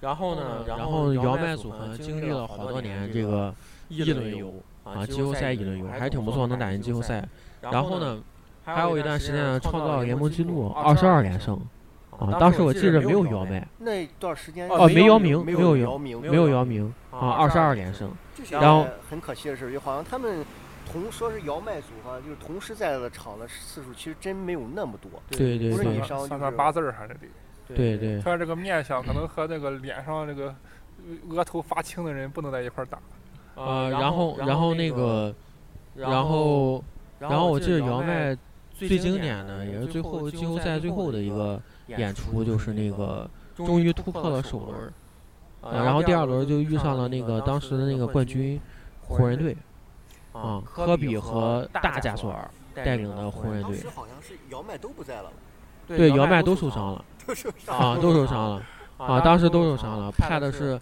S1: 然后呢，然
S3: 然
S1: 后
S3: 后
S1: 摇
S3: 摇
S1: 麦
S3: 麦
S1: 组
S3: 组
S1: 合
S3: 合
S1: 经
S3: 经
S1: 历
S3: 历
S1: 了
S3: 了
S1: 好
S3: 好
S1: 多
S3: 多
S1: 年
S3: 年
S1: 这
S3: 这
S1: 个
S3: 一
S1: 轮
S3: 轮
S1: 游
S3: 游
S1: 啊，
S3: 啊，
S1: 季
S3: 季
S1: 后
S3: 后
S1: 赛
S3: 赛
S1: 一
S3: 一
S1: 轮
S3: 轮
S1: 游
S3: 游
S1: 还
S3: 还
S1: 是
S3: 是
S1: 挺
S3: 挺
S1: 不
S3: 不
S1: 错，
S3: 错，能
S1: 能打
S3: 打进
S1: 进季
S3: 季
S1: 后
S3: 后
S1: 赛
S3: 赛。。
S1: 然
S3: 然
S1: 后
S3: 后
S1: 呢
S3: 呢，，
S1: 还有一段时间呢，创造了联盟纪录二
S3: 22
S1: 十二连胜啊。当时我记着没有姚麦，
S5: 那段时间
S1: 哦没姚
S5: 姚
S1: 明
S5: 没
S1: 没有姚
S5: 姚明，
S1: 没有姚明啊，二十二连胜。
S5: 这是
S1: 然后
S5: 很可惜的事，就好像他们同说是姚麦组哈，就是同时在的场的次数其实真没有那么多。
S1: 对对
S5: 不是
S1: 对
S5: 你
S6: 算
S5: 伤就是
S6: 算算八字儿还是得。
S1: 对对
S6: 突然这个面相
S1: 嗯
S6: 可能和那个脸上这个呃额头发青的人不能在一块儿打。
S1: 呃，
S3: 呃，
S1: 然
S3: 然
S1: 后
S3: 后
S1: 然
S3: 然
S1: 后
S3: 后
S1: 那
S3: 那
S1: 个
S3: 个，
S1: 然
S3: 然
S1: 后然
S3: 然后
S1: 我
S3: 我
S1: 记
S3: 记
S1: 得
S3: 得
S1: 姚
S3: 姚
S1: 麦
S3: 麦
S1: 最
S3: 最
S1: 经
S3: 经
S1: 典
S3: 典
S1: 的
S3: 的
S1: 也
S3: 也是
S1: 是最
S3: 最
S1: 后
S3: 后
S1: 季
S3: 季
S1: 后
S3: 后
S1: 赛
S3: 赛
S1: 最
S3: 最
S1: 后
S3: 后
S1: 的
S3: 的
S1: 一
S3: 一
S1: 个
S3: 个
S1: 演
S3: 演
S1: 出，
S3: 出，
S1: 就
S3: 就是是
S1: 那
S3: 那
S1: 个
S3: 个
S1: 终
S3: 终
S1: 于
S3: 于
S1: 突
S3: 突
S1: 破
S3: 破
S1: 了
S3: 了
S1: 首
S3: 首
S1: 轮
S3: 轮，
S1: 呃
S3: 呃
S1: 然
S3: 然
S1: 后
S3: 后
S1: 第
S3: 第
S1: 二
S3: 二
S1: 轮
S3: 轮
S1: 就
S3: 就
S1: 遇
S3: 遇
S1: 上
S3: 上
S1: 了
S3: 了
S1: 那
S3: 那
S1: 个
S3: 个
S1: 当
S3: 当
S1: 时
S3: 时
S1: 的
S3: 的
S1: 那
S3: 那
S1: 个
S3: 个
S1: 冠
S3: 冠
S1: 军
S3: 军
S1: 湖
S3: 湖
S1: 人
S3: 人
S1: 队
S3: 队
S1: 啊
S3: 啊，，
S1: 科
S3: 科
S1: 比
S3: 比
S1: 和
S3: 和
S1: 大
S3: 大
S1: 贾
S3: 贾
S1: 索
S3: 索
S1: 尔
S3: 尔
S1: 带
S3: 带
S1: 领
S3: 领
S1: 的
S3: 的
S1: 湖
S3: 湖
S1: 人
S3: 人
S5: 当
S1: 队
S3: 队，
S5: 时好像是姚麦都不在了，
S1: 对姚
S3: 姚
S1: 麦
S3: 麦
S1: 都
S3: 都
S1: 受
S3: 受
S1: 伤
S3: 伤
S1: 了
S5: 都
S3: 了
S5: 受伤
S1: 啊，都受伤了啊，
S3: 啊，
S1: 当
S3: 当
S1: 时
S3: 时
S1: 都
S3: 都
S1: 受
S3: 受
S1: 伤
S3: 伤
S1: 了，
S3: 了，
S1: 派
S3: 派
S1: 的
S3: 的
S1: 是
S3: 是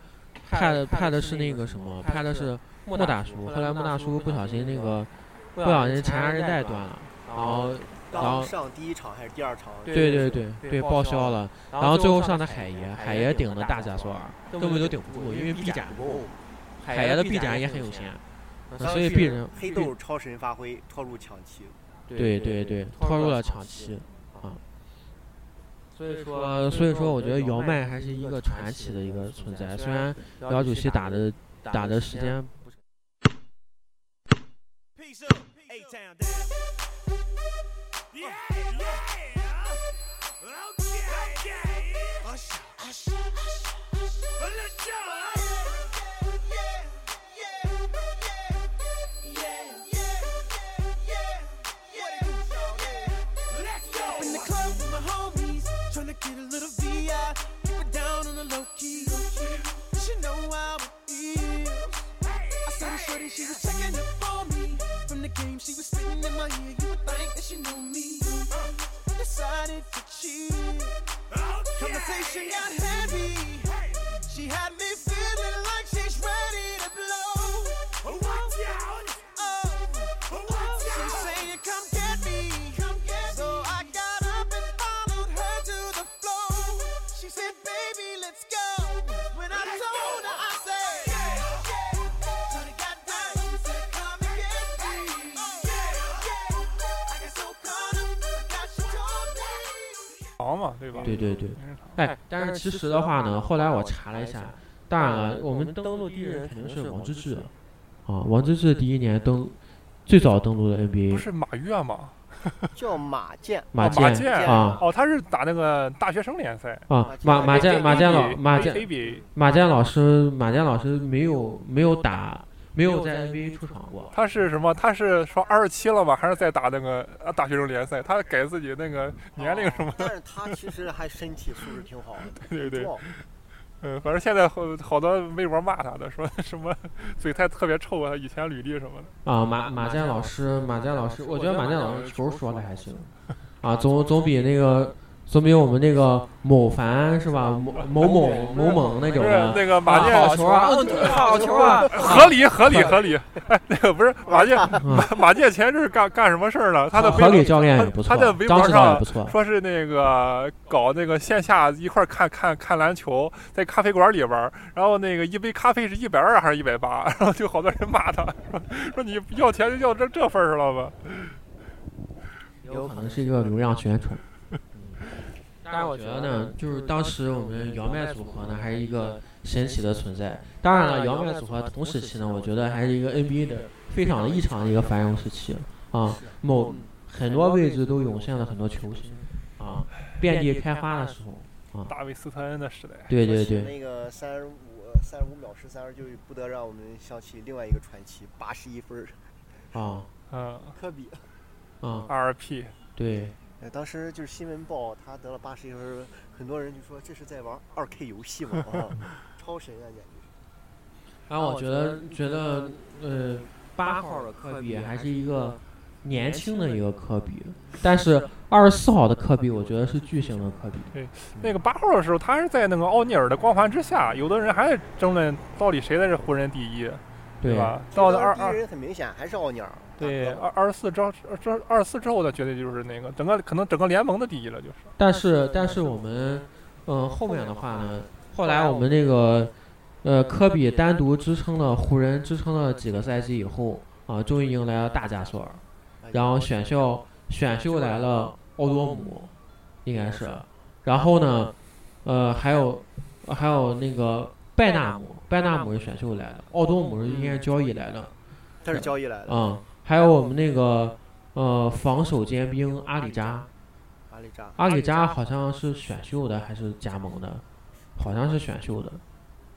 S1: 派
S3: 派
S1: 的
S3: 的
S1: 派
S3: 派
S1: 的
S3: 的
S1: 是
S3: 是
S1: 那
S3: 那
S1: 个
S3: 个
S1: 什
S3: 什
S1: 么
S3: 么，
S1: 派
S3: 派
S1: 的
S3: 的
S1: 是
S3: 是莫
S1: 莫大
S3: 大
S1: 叔，
S3: 叔，
S1: 后
S3: 后
S1: 来
S3: 来
S1: 莫
S3: 莫
S1: 大
S3: 大
S1: 叔
S3: 叔
S1: 不
S3: 不
S1: 小
S3: 小
S1: 心
S3: 心
S1: 那
S3: 那
S1: 个
S3: 个
S1: 不
S3: 不
S1: 小
S3: 小
S1: 心
S3: 心
S1: 缠
S3: 缠
S1: 上
S3: 上
S1: 韧
S3: 韧
S1: 带
S3: 带
S1: 断
S3: 断
S1: 了
S3: 了，，
S1: 然后然后
S5: 刚上第一场还是第二场？
S1: 对对
S3: 对
S1: 对
S3: 对
S1: 对
S3: 报
S1: 报
S3: 销
S1: 销
S3: 了
S1: 了，然
S3: 然后
S1: 后最
S3: 最
S1: 后
S3: 后
S1: 上
S3: 上
S1: 的
S3: 的
S1: 海
S3: 海
S1: 爷，
S3: 爷，
S1: 海
S3: 海
S1: 爷
S3: 爷
S1: 嗯所以必然
S5: 黑豆超神发挥，拖入抢七。
S1: 对对对，拖入了抢七。所以
S7: 说
S1: 说，
S7: 所
S1: 所以
S7: 以说
S1: 我
S7: 我
S1: 觉
S7: 觉
S1: 得
S7: 得
S1: 姚
S7: 姚
S1: 麦
S7: 麦
S1: 还
S7: 还
S1: 是
S7: 是
S1: 一
S7: 一
S1: 个
S7: 个
S1: 传
S7: 传
S1: 奇
S7: 奇的
S1: 的一
S7: 一
S1: 个
S7: 个
S1: 存
S7: 存
S1: 在。
S7: 在
S1: 虽
S7: 虽
S1: 然
S7: 然
S1: 姚
S7: 姚
S1: 主
S7: 主
S1: 席
S7: 席
S1: 打
S7: 打
S1: 的
S7: 的
S1: 打
S7: 打
S1: 的
S7: 的
S1: 时
S7: 时
S1: 间
S7: 间，
S2: Peace up, A-Town down. Yeah, yeah. Okay, yeah. Usher, usher, usher, usher. Well, let's go. Yeah, yeah, yeah, yeah, yeah, yeah, yeah. Let's go. Up in the club with my homies, tryna get a little VI. Keep it down on the low key. She know how it is. I saw her shorty, she was checking up for me. From the game, she was spitting in my ear. You would think that she knew me. Uh, Decided to cheat. Conversation got heavy. She had me feeling like she's ready to blow. Watch out! Oh, she saying, "Come get me." So I got up and followed her to the floor. She said, "Baby, let's go." When I told her, I said. Shorty got down, she said, "Come and get me." I got so caught up, forgot she told me.
S6: 忙嘛，对吧？
S1: 对对对。
S6: 嗯
S1: 哎，但是其实的话呢，后来我查了一下，当然了，我们登录第一人肯定是王治郅，啊，王治郅第一年登，最早登陆的
S6: 不
S1: NBA，
S6: 是马跃吗？
S5: 叫马健，
S1: 马
S6: 哦马
S1: 健
S6: 健
S1: 啊
S6: 哦，他是打那个大学生联赛，
S1: 啊，马马健马健老
S6: ABA
S1: 马健
S6: ABA，
S1: 马健老师马健老师没有没有打没有在 NBA 出场过，
S6: 他是什么？他是说二十七了吧，还是在打那个呃大学生联赛？他改自己那个年龄什么？
S5: 哦但是他其实还身体素质挺好的，
S6: 对对对，
S5: 壮
S6: 嗯，反正现在好好多微博骂他的，说 什么嘴太特别臭啊，以前履历什么的。
S1: 啊，马马健老师，马健老师，我觉得马健老师球说的还行，啊，总总比那个总比我们那个某凡是吧，某某某某猛那
S6: 就
S1: 种
S6: 是
S1: 的，
S6: 那个马健
S1: 啊好球啊，
S6: 说
S1: 嗯，对好球啊，
S6: 合理合理合理。 哎，那个不是马健
S1: 嗯
S6: 马马健前阵儿干干什么事儿了？他的
S1: 何
S6: 微
S1: 磊
S6: 博
S1: 教练也不错
S6: 他他在微，博
S1: 张指导也
S6: 上
S1: 不错，
S6: 说是那个搞那个线下一块儿看看看篮球，在咖啡馆里玩儿，然后那个一杯咖啡是一百二还是一百八， 然后就好多人骂他，说说你要钱就要这这份儿了吧？
S1: 有可能是一个流量宣传。但是我觉得呢，就是当时我们姚麦组合呢，还是一个神奇的存在。当然了，姚麦组合同时期呢，我觉得还是一个 NBA 的非常异常的一个繁荣时期啊，某很多位置都涌现了很多球星啊，遍地开花的时候。
S6: 大卫斯特恩的时代，
S1: 对对
S5: 说起
S1: 对，
S5: 那个三十五三十五秒十三分，就不得让我们想起另外一个传奇，八十一分儿，
S1: 啊
S6: 嗯
S5: 科比。
S1: 啊
S6: ，RP，
S1: 对
S5: 呃，当时就是新闻报他得了八十一分儿，很多人就说这是在玩二 K 游 戏嘛，啊，超神啊，简直是。
S1: 然后我觉得觉得呃，八号的科比还是一个年轻的一个科比，但是二十四号的科比，我觉得是巨型的科比。
S6: 那个八号的时候，他是在那个奥尼尔的光环之下，有的人还在争论到底谁才是湖人第一，
S1: 对
S6: 吧？到了
S5: 当
S6: 二
S5: 时第一
S6: 二。
S5: 人很明显还是奥尼尔，啊
S6: 对，
S5: 大哥
S6: 二二十四之后，这二十四之后的绝对就是那个整个可能整个联盟的第一了，就是。
S1: 但是但是我们，嗯、后面的话呢，后来我们这个，呃，科比单独支撑了湖人支撑了几个赛季以后，啊，终于迎来了大加索尔，然后选秀选秀来了奥多姆，应该是，然后呢，呃，还有还有那个拜纳姆，拜纳姆是选秀来的，奥多姆是应该是交易来的，
S5: 他是交易来的，
S1: 嗯，还有我们那个呃防守尖兵阿里扎。
S5: 阿里扎，
S1: 阿里扎好像是选秀的还是加盟的？好像是选秀的。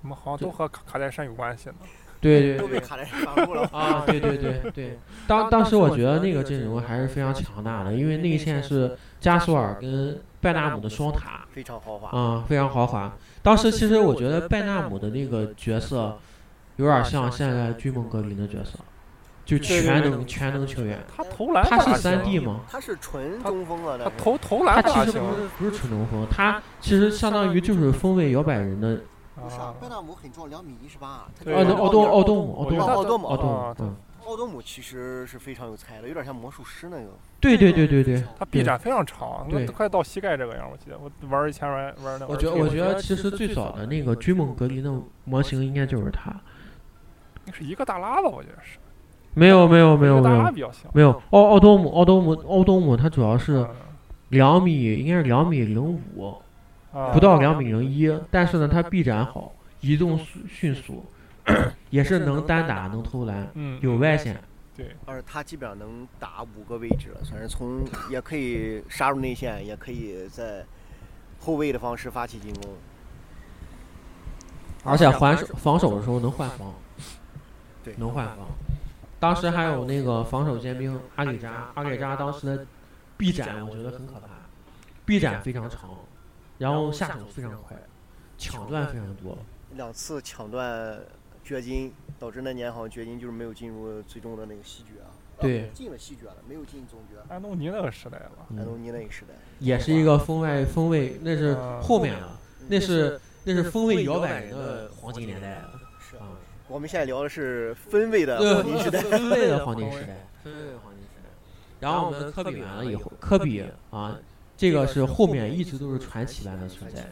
S6: 我们好像都和卡卡戴珊有关系呢。
S1: 对
S5: 都被
S1: 对对。。
S5: 卡莱山挡住了
S1: 啊，对对对对，当当时我觉得那个阵容还是非常强大的，因为内线是加索尔跟拜纳姆的双塔，
S5: 非常豪华，
S1: 啊，非常豪华。当时其实我觉得拜纳姆的那个角色有点像现在追梦格林的角色，就全能全能球员。
S6: 他投篮
S1: 他
S6: 打
S1: 是三 D
S6: 行
S1: 吗？
S5: 他是纯中锋啊，
S6: 他
S5: 但是
S6: 投投
S1: 他
S6: 篮
S1: 其
S6: 打
S1: 实
S6: 行
S1: 不是不是纯中锋，他其实相当于就是锋卫摇摆人的。
S5: 不是啊
S6: 啊，
S5: 贝纳姆很壮，两米一十八，他
S6: 对
S1: 啊，那奥多奥多姆，奥
S6: 我
S1: 多
S6: 觉
S1: 姆
S6: 得，
S5: 奥多姆
S1: 奥
S5: 奥
S1: 多
S6: 啊
S1: 姆，嗯。
S5: 奥多姆其实是非常有才的，有点像魔术师那个。
S1: 对对对对对，
S6: 他臂展非常长，
S1: 对
S6: 那快到膝盖这个样儿，我记得我玩儿以前玩玩儿那。
S1: 我觉得我觉得其实最早的那个追梦格林的模型应该就是他。
S6: 那是一个大拉吧，我觉得是。
S1: 没有没有没有
S6: 一个
S1: 没
S6: 大拉
S1: 有
S6: 比较像。
S1: 没有，奥奥多姆奥多姆奥多姆，他主要是
S6: 嗯
S1: 两米应该是两米零五，不到两米零一，但是呢他臂展好，移动速迅速， 也是能单打能投篮，
S6: 嗯，
S1: 有外线。
S5: 而他基本上能打五个位置了，算是从也可以杀入内线，也可以在后卫的方式发起进攻。
S1: 而且还手防守的时候能换防，
S5: 对
S1: 能换防。当时还有那个防守尖兵阿里扎，阿里扎当时的臂展我觉得很可怕，臂展非常长，然后下手非常快，抢断非常多。
S5: 两次抢断掘金，导致那年好像掘金就是没有进入最终的那个西决啊。啊
S1: 对
S5: 进了西决了，没有进总决。
S6: 安东尼那个时代了，
S5: 安
S1: 嗯，
S5: 东尼那个时代，
S1: 也是一个锋外锋卫，那是后面了，那是那是锋卫摇摆人的黄金年代了
S5: 是
S1: 啊，
S5: 我们现在聊的是分位的
S1: 呃
S5: 黄 金时代。
S1: 分位的黄金时代，分位的黄金时代。然后我们科比完了以后，科比啊，这个是后面一直都是传奇般的存在啊。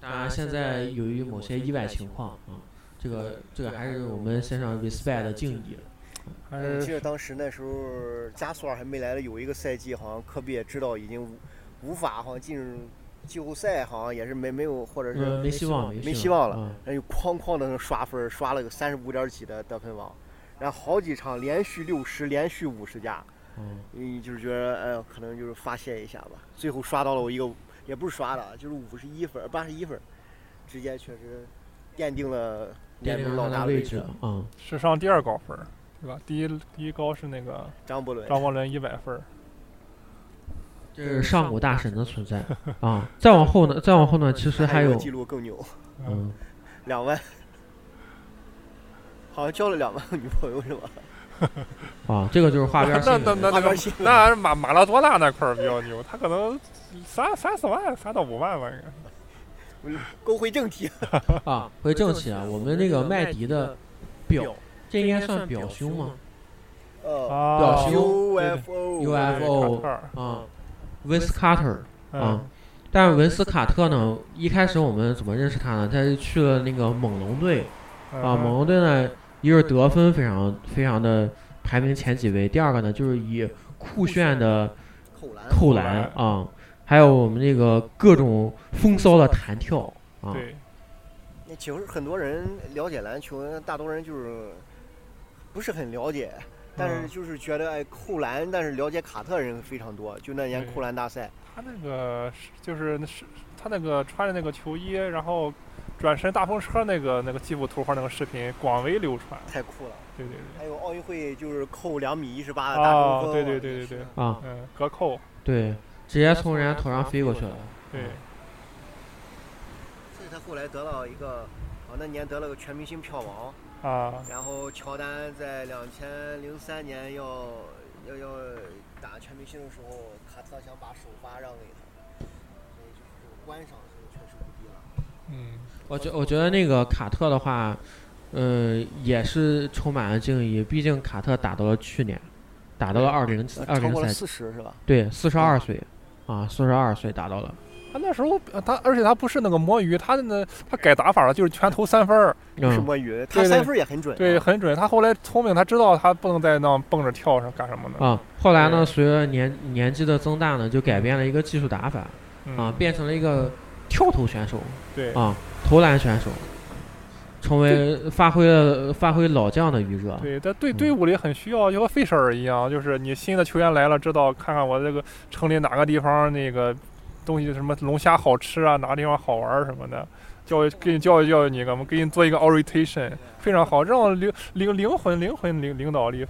S1: 当然，现在由于某些意外情况啊，这个这个还是我们身上 respect 的敬意。
S6: 还
S1: 呃
S5: 我记
S6: 是
S5: 得当时那时候加索尔还没来的有一个赛季，好像科比也知道已经无无法好像进入季后赛，好像也是没没有或者是
S1: 嗯，没希望，没
S5: 没希望了
S1: 啊
S5: 然后就哐哐的刷分儿，刷了个三十五点几的得分王，然后好几场连续六十，连续五十加，
S1: 嗯，
S5: 嗯，就是觉得哎呦，可能就是发泄一下吧。最后刷到了我一个，也不是刷的，就是五十一分，八十一分，直接确实奠定了
S1: 奠
S5: 联
S1: 定
S5: 盟
S1: 了
S5: 老
S1: 他
S5: 大的
S1: 的位
S5: 位
S1: 置
S5: 置。
S1: 啊。嗯
S6: 史上第二高分儿，对吧？第一第一高是那个
S5: 张伯伦，
S6: 张伯伦一百分儿，
S1: 这是上古大神的存在啊！再往后呢，再往后呢，其实还
S5: 有
S1: 有
S5: 记录更牛，
S1: 嗯，
S5: 两万，好像交了两万个女朋友是吧？
S1: 啊，这个就是花边新
S6: 那
S1: 闻。
S6: 那那那
S5: 花
S6: 个
S5: 边新闻
S6: 那还是马马拉多纳那块儿比较牛，他可能三三四万，三到五万吧，应该。
S5: 勾回正题，
S1: 啊，回正题啊，我们那个麦迪的表，这应该算表兄吗？
S5: 呃
S1: 表
S6: 啊
S1: 情
S5: ，UFO
S1: UFO
S6: 哎卡嗯
S1: 啊，温斯卡特。
S6: 特尔
S1: 啊，但是文斯卡特呢，一开始我们怎么认识他呢？他是去了那个猛龙队
S6: 嗯
S1: 啊，猛龙队呢，一个是得分非常非常的排名前几位，第二个呢就是以酷炫的
S5: 扣篮，
S1: 扣篮啊，还有我们那个各种风骚的弹跳啊，
S6: 对，
S5: 那其实很多人了解篮球，大多人就是不是很了解，但是就是觉得哎扣篮，但是了解卡特人非常多。就那年
S6: 对
S5: 扣篮大赛，
S6: 他那个是就是那是他那个穿着那个球衣，然后转身大风车那个那个基普图画那个视频广为流传，
S5: 太酷了。
S6: 对对对，
S5: 还有奥运会就是扣两米一十八的大
S6: 哦
S5: 中锋，
S6: 对对对对对
S1: 啊，
S6: 嗯，隔扣，
S1: 对，直接从人家头上飞过去了。
S6: 对，
S5: 所以他后来得到一个，啊那年得了个全明星票王。
S1: 嗯
S6: 啊，
S5: 然后乔丹在两千零三年要要要打全明星的时候，卡特想把首发让给他，所以就是这个观赏性确实不低了。
S6: 嗯，
S1: 我觉我觉得那个卡特的话，呃，也是充满了敬意。毕竟卡特打到了去年，打呃到了二啊零
S5: 啊
S1: 二零赛季，
S5: 十是吧？
S1: 对，四十二岁，啊，四十二岁打到了，
S6: 他那时候呃他而且他不是那个摸鱼，他那他改打法了，就是全投三分儿，
S5: 不是
S1: 嗯，
S5: 摸鱼，他
S6: 对对
S5: 三分也很准啊。
S6: 对，很准。他后来聪明，他知道他不能再那样蹦着跳上干什么的
S1: 啊，后来呢，随着年年纪的增大呢，就改变了一个技术打法，啊，
S6: 嗯，
S1: 变成了一个跳投选手，
S6: 对，
S1: 啊，投篮选手，成为发挥了发挥老将的余热，
S6: 对，在队
S1: 嗯
S6: 队伍里很需要，就和费舍尔一样，就是你新的球员来了，知道看看我这个城里哪个地方那个东西什么龙虾好吃啊，哪个地方好玩儿什么的，教育给你教育教育你一个，我们给你做一个 orientation，非常好，这种灵灵灵魂灵魂领领导力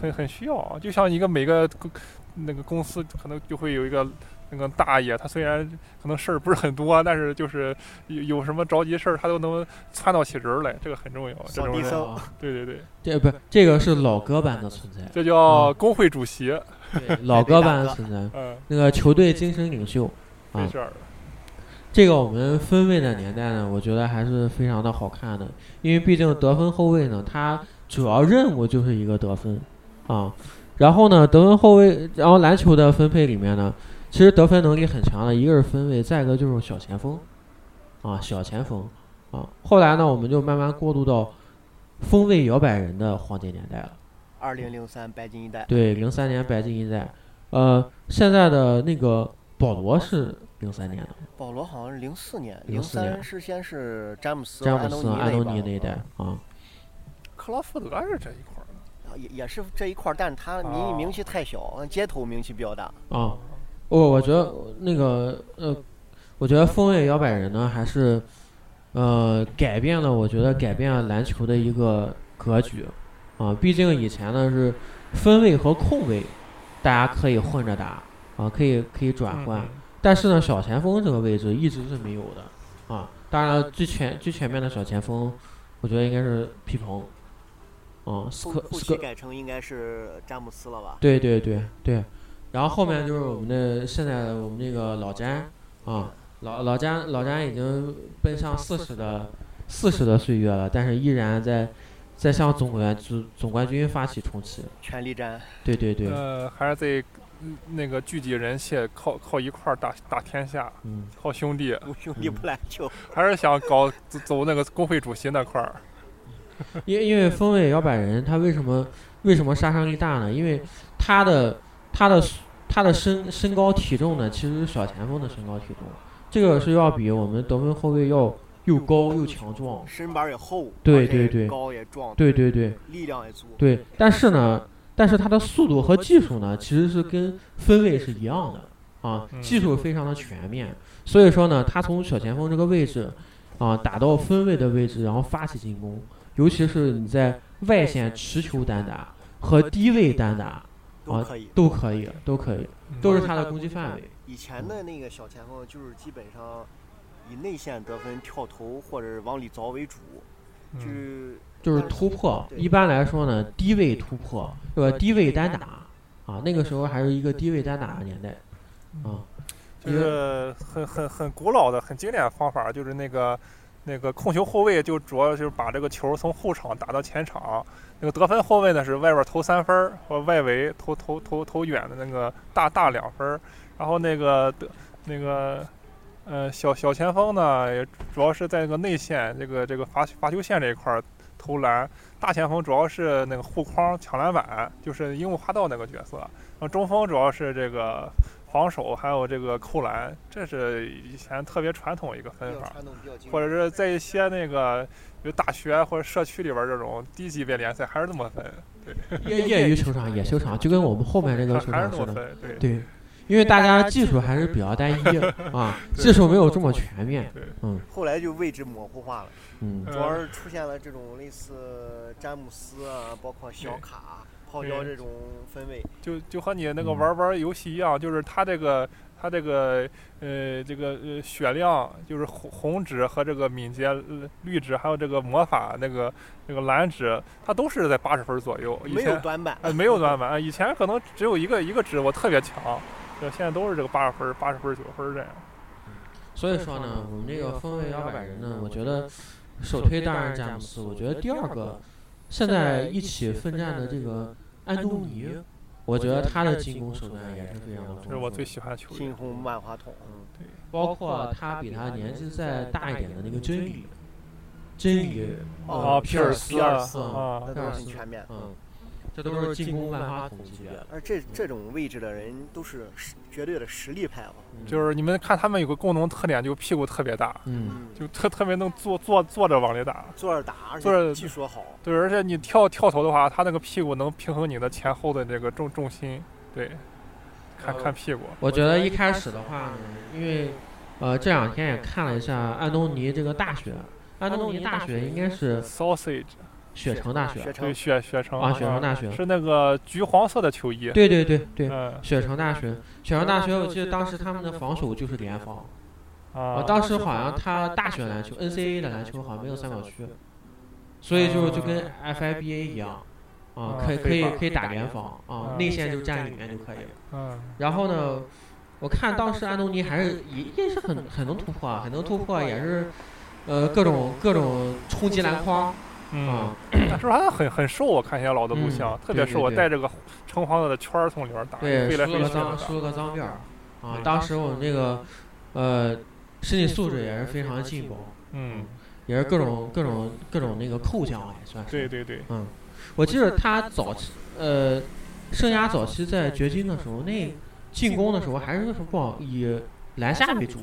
S6: 很很需要，啊就像一个每个公那个公司可能就会有一个。那个大爷，他虽然可能事儿不是很多，但是就是有有什么着急事儿，他都能撺到起人儿来，这个很重要。这
S5: 扫
S6: 种
S5: 地
S6: 人，
S5: 僧，
S6: 对对对。
S1: 这不这个是老哥般 的存在，
S6: 这
S1: 嗯
S6: 叫工会主席，
S1: 对老哥般的存在，
S6: 嗯，
S1: 那个球队精神领袖。啊
S6: 费舍尔，
S1: 这个我们分位的年代呢，我觉得还是非常的好看的，因为毕竟得分后卫呢，他主要任务就是一个得分啊。然后呢，得分后卫，然后篮球的分配里面呢，其实得分能力很强的，一个是分卫，再一个就是小前锋啊，小前锋啊。后来呢，我们就慢慢过渡到锋卫摇摆人的黄金年代了。
S5: 二零零三白金一代，
S1: 对，零三年白金一代，呃，现在的那个保罗是零三年的，
S5: 保罗好像是零四年，零
S1: 04年
S5: 三是先是詹姆斯、
S1: 詹姆斯、安
S5: 安
S1: 东
S5: 东
S1: 尼
S5: 尼
S1: 那一代啊，
S6: 克劳福德是这一块儿的，
S5: 帮，啊也也是这一块儿，但是他名
S6: 哦
S5: 名气太小，街头名气比较大。
S1: 啊，我我觉得那个呃，我觉得风味摇摆人呢，还是呃改变了，我觉得改变了篮球的一个格局啊。毕竟以前呢是分位和控位，大家可以混着打啊，可以可以转换，
S6: 嗯
S1: 但是呢小前锋这个位置一直是没有的啊。当然了，最前最前面的小前锋，我觉得应该是皮蓬，啊，斯
S5: 后
S1: 科
S5: 后
S1: 斯
S5: 期
S1: 科
S5: 改成应该是詹姆斯了吧？
S1: 对对对对，然后后面就是我们的现在我们那个老詹啊，老老詹老詹已经奔向四十的四十的岁月了，但是依然在在向总冠军总冠军发起冲刺。
S5: 权力詹，
S1: 对对对，
S6: 呃，还是得嗯那个聚集人气，靠靠一块儿打打天下，
S1: 嗯，
S6: 靠兄弟，
S5: 我 兄弟不篮球，
S6: 还是想搞走走那个工会主席那块儿。
S1: 因因为锋位摇摆人他为什么为什么杀伤力大呢？因为他的他的他的身身高体重呢，其实是小前锋的身高体重，这个是要比我们得分后卫要又高又强壮。
S5: 身板也厚，
S1: 对
S5: 而且
S1: 对对
S5: 高也壮，
S1: 对对对。
S5: 力量也足。
S1: 对，但是呢，但是它的速度和技术呢，其实是跟分位是一样的啊，
S6: 嗯
S1: 技术非常的全面。嗯所以说呢，他从小前锋这个位置啊打到分位的位置，然后发起进攻，尤其是你在外线持球单打和低位单打啊
S5: 都可以。
S1: 都可以，都可以，都是他的攻击范围。
S5: 以前的那个小前锋就是基本上以内线得分、跳投或者是往里凿为主，
S6: 嗯
S5: 就是
S1: 就是突破。
S5: 对
S1: 一般来说呢，低位突破，对吧？低位单打啊，那个时候还是一个低位单打的年代啊。
S6: 就是很很很古老的、很经典的方法，就是那个那个控球后卫就主要就是把这个球从后场打到前场，那个得分后卫呢是外边投三分儿或外围投投投投远的那个大大两分儿，然后那个得那个呃小小前锋呢也主要是在那个内线这个这个罚罚球线这一块儿投篮，大前锋主要是那个护框抢篮板，就是樱木花道那个角色，然后中锋主要是这个防守，还有这个扣篮，这是以前特别传统一个
S5: 比
S6: 分
S5: 较
S6: 法。
S5: 传统、比较经典。
S6: 或者是在一些那个比如大学或者社区里边儿这种低级别联赛还是这么分，
S1: 业业余球场、野球场，就跟我们后面这个
S6: 还
S1: 球
S6: 还是
S1: 场
S6: 这
S1: 似
S6: 么
S1: 的。
S6: 分，对。
S1: 对，因为大家技术还是比较单一啊，技术没有这么全面。
S5: 后来就位置模糊化了，
S1: 嗯
S6: 嗯
S5: 主要是出现了这种类似詹姆斯啊，包括小卡、泡椒这种分位。
S6: 就就和你那个玩儿玩儿游戏一样，就是它这个它这个呃这个呃血量，就是红红值和这个敏捷、呃绿值，还有这个魔法那个那个蓝值，它都是在八十分左右。以
S5: 没有
S6: 前
S5: 短板，
S6: 呃没有短板，呃以前可能只有一个一个值我特别强，就现在都是这个八十分、八十分、九分这样。
S1: 所以说呢，我们这个分位摇摆人呢，我觉得首推当然詹姆斯，我觉得第二个现在一起奋战的这个安东尼，我觉得他的进攻手段也是非常的丰
S6: 这
S1: 富。
S6: 是我最喜欢的 球
S5: 新
S6: 员。
S5: 红万花筒，嗯
S1: 包括他比他年纪再大一点的那个真理，真理
S5: 哦
S1: 呃
S6: 皮
S1: 皮
S6: 尔
S1: 尔
S6: 斯
S1: 斯
S6: 啊
S1: 啊，
S6: 啊，
S5: 那都是很全面。
S1: 嗯，这都是进攻万花筒级别的。
S5: 而这这种位置的人都是实绝对的实力派啊。
S6: 就是你们看他们有个共同特点，就屁股特别大，
S1: 嗯，
S5: 嗯，
S6: 就特特别能坐坐坐着往里打。
S5: 坐着打，而
S6: 坐着
S5: 且技术好，
S6: 对，而且你跳跳投的话，他那个屁股能平衡你的前后的这个重重心。对，
S3: 哦
S6: 看看屁股。
S1: 我觉得一开始的话呢，因为呃这两天也看了一下安东尼这个大学，安东尼大学应该是
S6: Sausage，
S1: 雪城大
S5: 学
S1: 学
S6: 对，啊
S5: 成
S6: 雪雪城
S1: 啊，雪城大学，
S6: 是那个橘黄色的球衣。
S1: 对对对对，
S6: 嗯
S1: 雪城大学，雪城大学，我记得当时他们的防守就是联防。
S6: 啊
S1: 啊，，当时好像他大学篮球 NCAA 的篮球好像没有三角区，所以就就跟 FIBA 一样，啊
S6: 啊，
S1: 可以嗯可
S6: 可以
S1: 以
S6: 打
S1: 可以打联防
S6: 啊
S1: 啊，内线就站里面就可以了。
S6: 嗯，
S1: 然后呢，我看当时安东尼还是也也是很很能突破，啊，很能突破，也是呃各种各种冲击篮筐
S6: 嗯，
S1: 啊，
S6: 但是他很很瘦，我看一些老的录像，
S1: 嗯
S6: 特别
S1: 对
S6: 瘦，
S1: 对
S6: 我
S1: 对
S6: 带着个橙黄色的圈儿从里边打，
S1: 对，
S6: 飞来
S1: 梳
S6: 飞
S1: 了个
S6: 去的嗯
S1: 脏
S6: 打。
S1: 梳了个脏辫儿啊
S6: 对。
S1: 当时我们这个呃身体素质也是非常进步，
S6: 嗯，
S1: 也是各种各种各种那个扣将也算是。
S6: 对对对，
S1: 我记得他早期，呃，生涯早期在掘金的时候，那进攻的时候还是往以篮下为主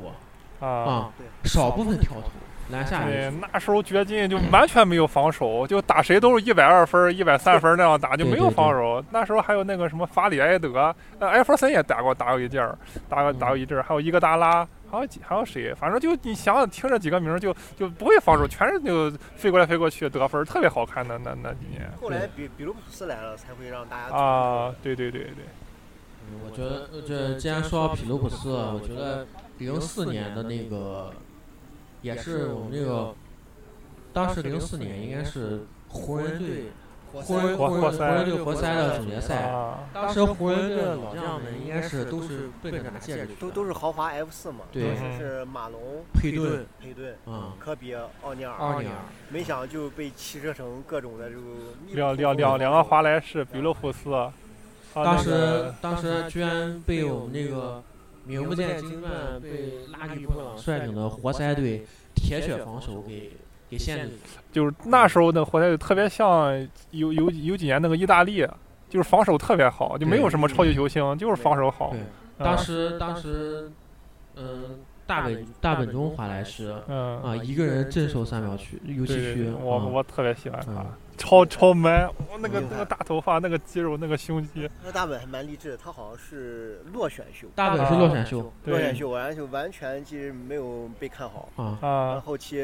S6: 啊。
S1: 啊，少部分跳投，篮下为
S6: 对
S1: 主。，
S6: 那时候掘金就完全没有防守，就打谁都是一百二分、一百三分那样打，就
S1: 对
S6: 没有
S1: 对
S6: 防守。那时候还有那个什么法里埃德，呃，艾弗森也打过，打过一阵儿，打
S1: 嗯
S6: 过打过一阵儿，还有伊戈达拉，还有几还有谁，反正就你想想听着几个名儿就就不会防守，全是就飞过来飞过去得分儿，特别好看的那那几年
S5: 后来比比卢普斯来了，才会让大家
S6: 啊，对对对对，
S1: 嗯我觉得这既然说到比卢普斯，我觉得零四年的那个也是我们这个当时零四年应该是湖人队湖人湖人湖人队活塞的总决赛，
S6: 啊，
S1: 当时湖人队的老将们应该是都是奔着拿戒指去的，
S5: 都都是豪华 F 四嘛，
S1: 对
S5: 当
S6: 嗯
S5: 时是马龙、
S1: 佩顿
S5: 佩顿、
S1: 啊，
S5: 科比、奥尼尔，
S1: 奥尼尔，
S5: 没想到就被骑射成各种的这种密
S6: 两
S5: 不
S6: 两
S5: 透
S6: 两
S5: 风
S6: 两个华莱士，比洛普斯，啊
S1: 当
S6: 那
S1: 时
S6: 个
S1: 当时居然被我们那个名不见经传、被拉里布朗率领的活塞队铁血防守给给限制住
S6: 就是那时候的活塞队特别像有有有几年那个意大利，就是防守特别好，就没有什么超级球星，就是防守好
S1: 对。
S6: 嗯
S1: 当时当时，嗯，大本大本钟华莱士
S6: 嗯
S1: 啊，一个人镇守三秒区油
S6: 对
S1: 漆
S6: 对
S1: 区，
S6: 对，
S1: 啊
S6: 我我特别喜欢他
S1: 嗯，
S6: 超超 man，我那个
S5: 嗯
S6: 那个大头发，那个肌肉，那个胸肌，
S5: 那大本还蛮励志的，他好像是落选秀，
S1: 大本是落选秀
S5: 落选
S6: 对
S5: 秀，完就完全其实没有被看好，
S1: 啊，
S5: 然后
S6: 啊，
S5: 后期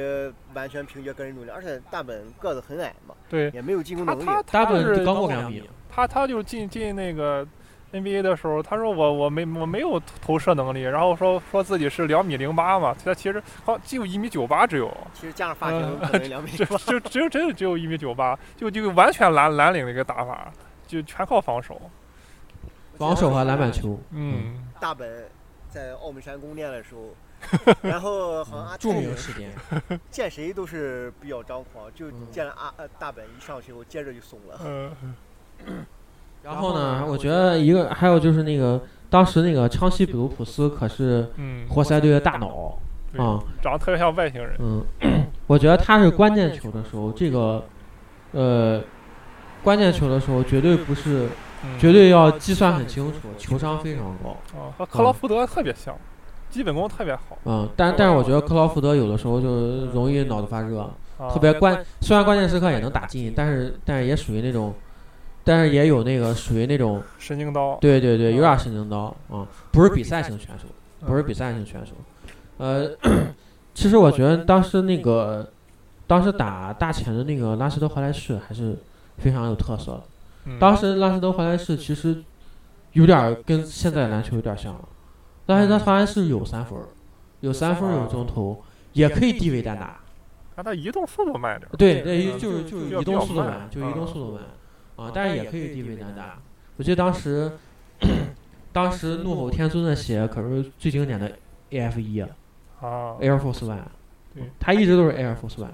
S5: 完全凭借个人努力，而且大本个子很矮嘛，
S6: 对
S5: 也没有进攻
S6: 他
S5: 能
S6: 他
S5: 力，
S1: 大
S6: 他
S1: 本
S6: 是
S1: 高过两米，
S6: 他他就是进进那个 NBA 的时候，他说我我没我没有投射能力，然后说说自己是两米零八嘛，他其实好只有一米九八只有，
S5: 其实加上发
S6: 嗯
S5: 型可能两 米
S6: 就
S5: 八，
S6: 就只有真的只有一米九八，就就完全蓝蓝领的一个打法，就全靠防守。
S1: 防守和篮板球，
S6: 嗯，
S5: 大本在澳门山宫练的 时候，然后好像阿
S1: 嗯著
S5: 泰
S1: 名事件，
S5: 见谁都是比较张狂，就
S1: 嗯
S5: 见了阿、呃大本一上去后，接着就怂了。
S6: 呃，
S1: 然后呢，我觉得一个还有就是那个当时那个枪西比卢普斯可是
S6: 嗯，
S1: 活塞队的大脑
S6: 对
S1: 啊，
S6: 长得特别像外星人。
S1: 嗯，我觉得他是关键球的时候，这个呃关键球的时候绝对不是
S6: 嗯，
S1: 绝对要计算很清楚，球商非常高。
S6: 啊，和克劳福德特别像，基本功特别好。
S1: 嗯，但但是我觉得克劳福德有的时候就容易脑子发热，
S6: 啊、
S1: 特别哦关，虽然关键时刻也能打嗯进，但是但是也属于那种，但是也有那个属于那种，
S6: 神经刀。
S1: 对对对，有点神经刀啊、嗯不是比赛型选手，
S6: 嗯
S1: 不是比赛型选手。呃， 其实我觉得当时那个，当时打大前的那个拉什德华莱士还是非常有特色的。
S6: 嗯
S1: 当时拉什德华莱士其实有点儿跟现在篮球有点儿像了，拉什德华莱士有三分儿，有三分儿有中投，也可以低位单打。
S6: 啊，他移动速度慢点儿。
S1: 对，那
S6: 嗯
S1: 一就是就是
S6: 比较
S1: 移动速度
S6: 慢
S1: 慢，就移动
S6: 嗯
S1: 速度慢啊，但是也可以低位单打。我记得当时，当时怒吼天尊的鞋可是最经典的 AF 一
S6: 啊，
S1: 嗯 Air Force One，
S6: 对
S1: 他一直都是 Air Force One。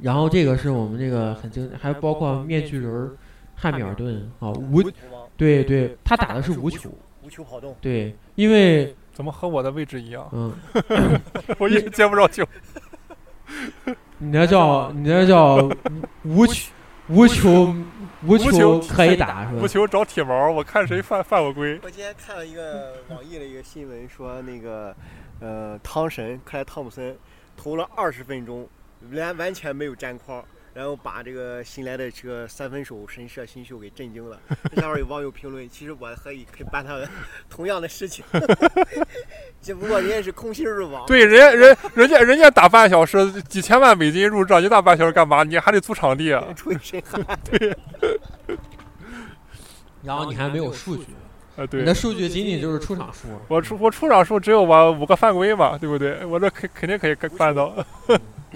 S1: 然后这个是我们这个很经，还包括面具人儿汉密尔顿啊，无
S5: 球王
S1: 对对，他打的是无球，
S5: 无球跑动，
S1: 对，因为
S6: 怎么和我的位置一 样？
S1: 嗯，
S6: 我一直接不着球。
S1: 你那叫你那叫无球无球无
S6: 球
S1: 球可以打是
S6: 不
S1: 吧？
S6: 球找铁毛，我看谁犯犯我规。
S5: 我今天看了一个网易的一个新闻，说那个呃汤神克莱汤普森投了二十分钟，连完全没有沾框。然后把这个新来的这个三分手神射新秀给震惊了。下面有网友评论，其实我可以可以办他们同样的事情，只不过人家是空心儿入 网。
S6: 对，人家人人家人家打半小时几千万美金入账，你打半小时干嘛？你还得租场地。啊
S5: 出一身汗。
S1: 然后你还没有数据，
S6: 啊，对
S1: 你的，数据仅仅就是出场数。
S6: 我出我出场数只有我五个犯规嘛，对不对？我这肯肯定可以干办到，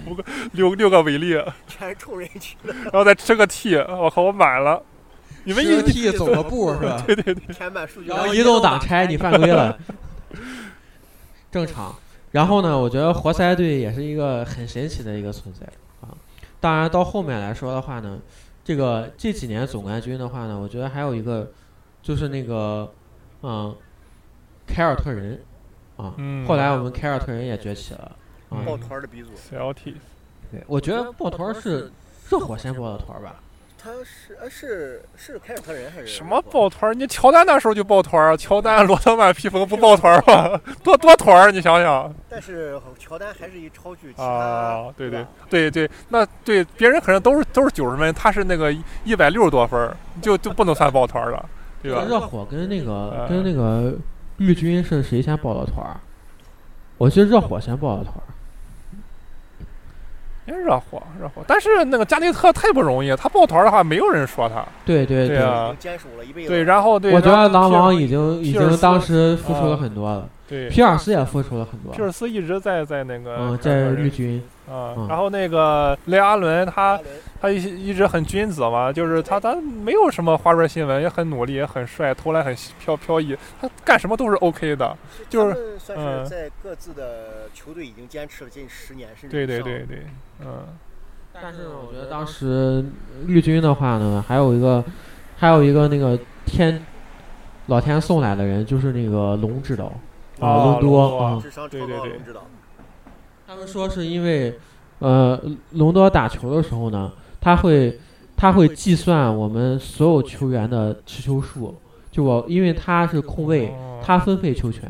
S6: 五个六六个违例，然
S5: 全是冲人去，
S6: 后再吃个 T，我靠，我满了。 你们一
S1: 十个 T 走 个步是吧？
S5: 填满数据
S1: 然后移动挡拆你犯规 了，正常。然后呢，我觉得活塞队也是一个很神奇的一个存在啊。当然，到后面来说的话呢，这个这几年总冠军的话呢，我觉得还有一个就是那个，嗯，凯尔特人啊。
S6: 嗯
S1: 后来我们凯尔特人也崛起了啊。
S5: 抱团儿的鼻祖，
S6: CLT，
S1: 对，我觉得抱团儿是热火先抱的团儿吧？
S5: 他是哎是是凯尔特人还是
S6: 什么抱团儿？你乔丹那时候就抱团儿啊，乔丹、罗德曼、披风不抱团儿吗？ 多多团儿，你想想
S5: 但是乔丹还是一超巨，其他、
S6: 啊，对对
S5: 吧
S6: 对对，那对别人可能都是都是九十分，他是那个一百六十多分儿，就就不能算抱团儿了，对吧？
S1: 热火跟那个
S6: 呃
S1: 跟那个绿军是谁先抱的团儿？我记得热火先抱的团儿。
S6: 哎热火热火，但是那个加内特太不容易，他抱团儿的话，没有人说他。
S1: 对对
S6: 对啊
S5: 已经坚守了一辈子。
S6: 对，然后对，
S1: 我觉
S6: 然后
S1: 得狼王
S6: 皮尔
S1: 已经已
S6: 皮尔
S1: 经
S6: 斯
S1: 当时付出了
S6: 啊
S1: 很多了，
S6: 对
S1: 皮尔斯也付出了很多
S6: 皮。尔斯一直在在那个
S1: 嗯，在绿军，
S6: 啊
S1: 嗯，
S6: 然后那个雷阿伦他
S5: 阿伦
S6: 他一一直很君子嘛，就是他他没有什么花边新闻，也很努力，也很帅，投篮很飘飘逸，他干什么都是 OK 的。就是
S5: 他们算
S6: 嗯
S5: 是在各自的球队已经坚持了近十年，甚至
S6: 对对
S5: 以上
S6: 对对，嗯，
S1: 但是我觉得当时绿军的话呢，还有一个还有一个那个天老天送来的人，就是那个龙指导
S6: 啊
S1: 隆多
S6: 隆多
S1: 啊。
S5: 智商
S6: 对
S5: 超
S6: 对
S5: 高
S6: 对
S5: 我们知道。
S1: 他们说是因为，呃，隆多打球的时候呢，他会他会计算我们所有球员的持球数，就我因为他是控卫，
S6: 哦
S1: 他分配球权，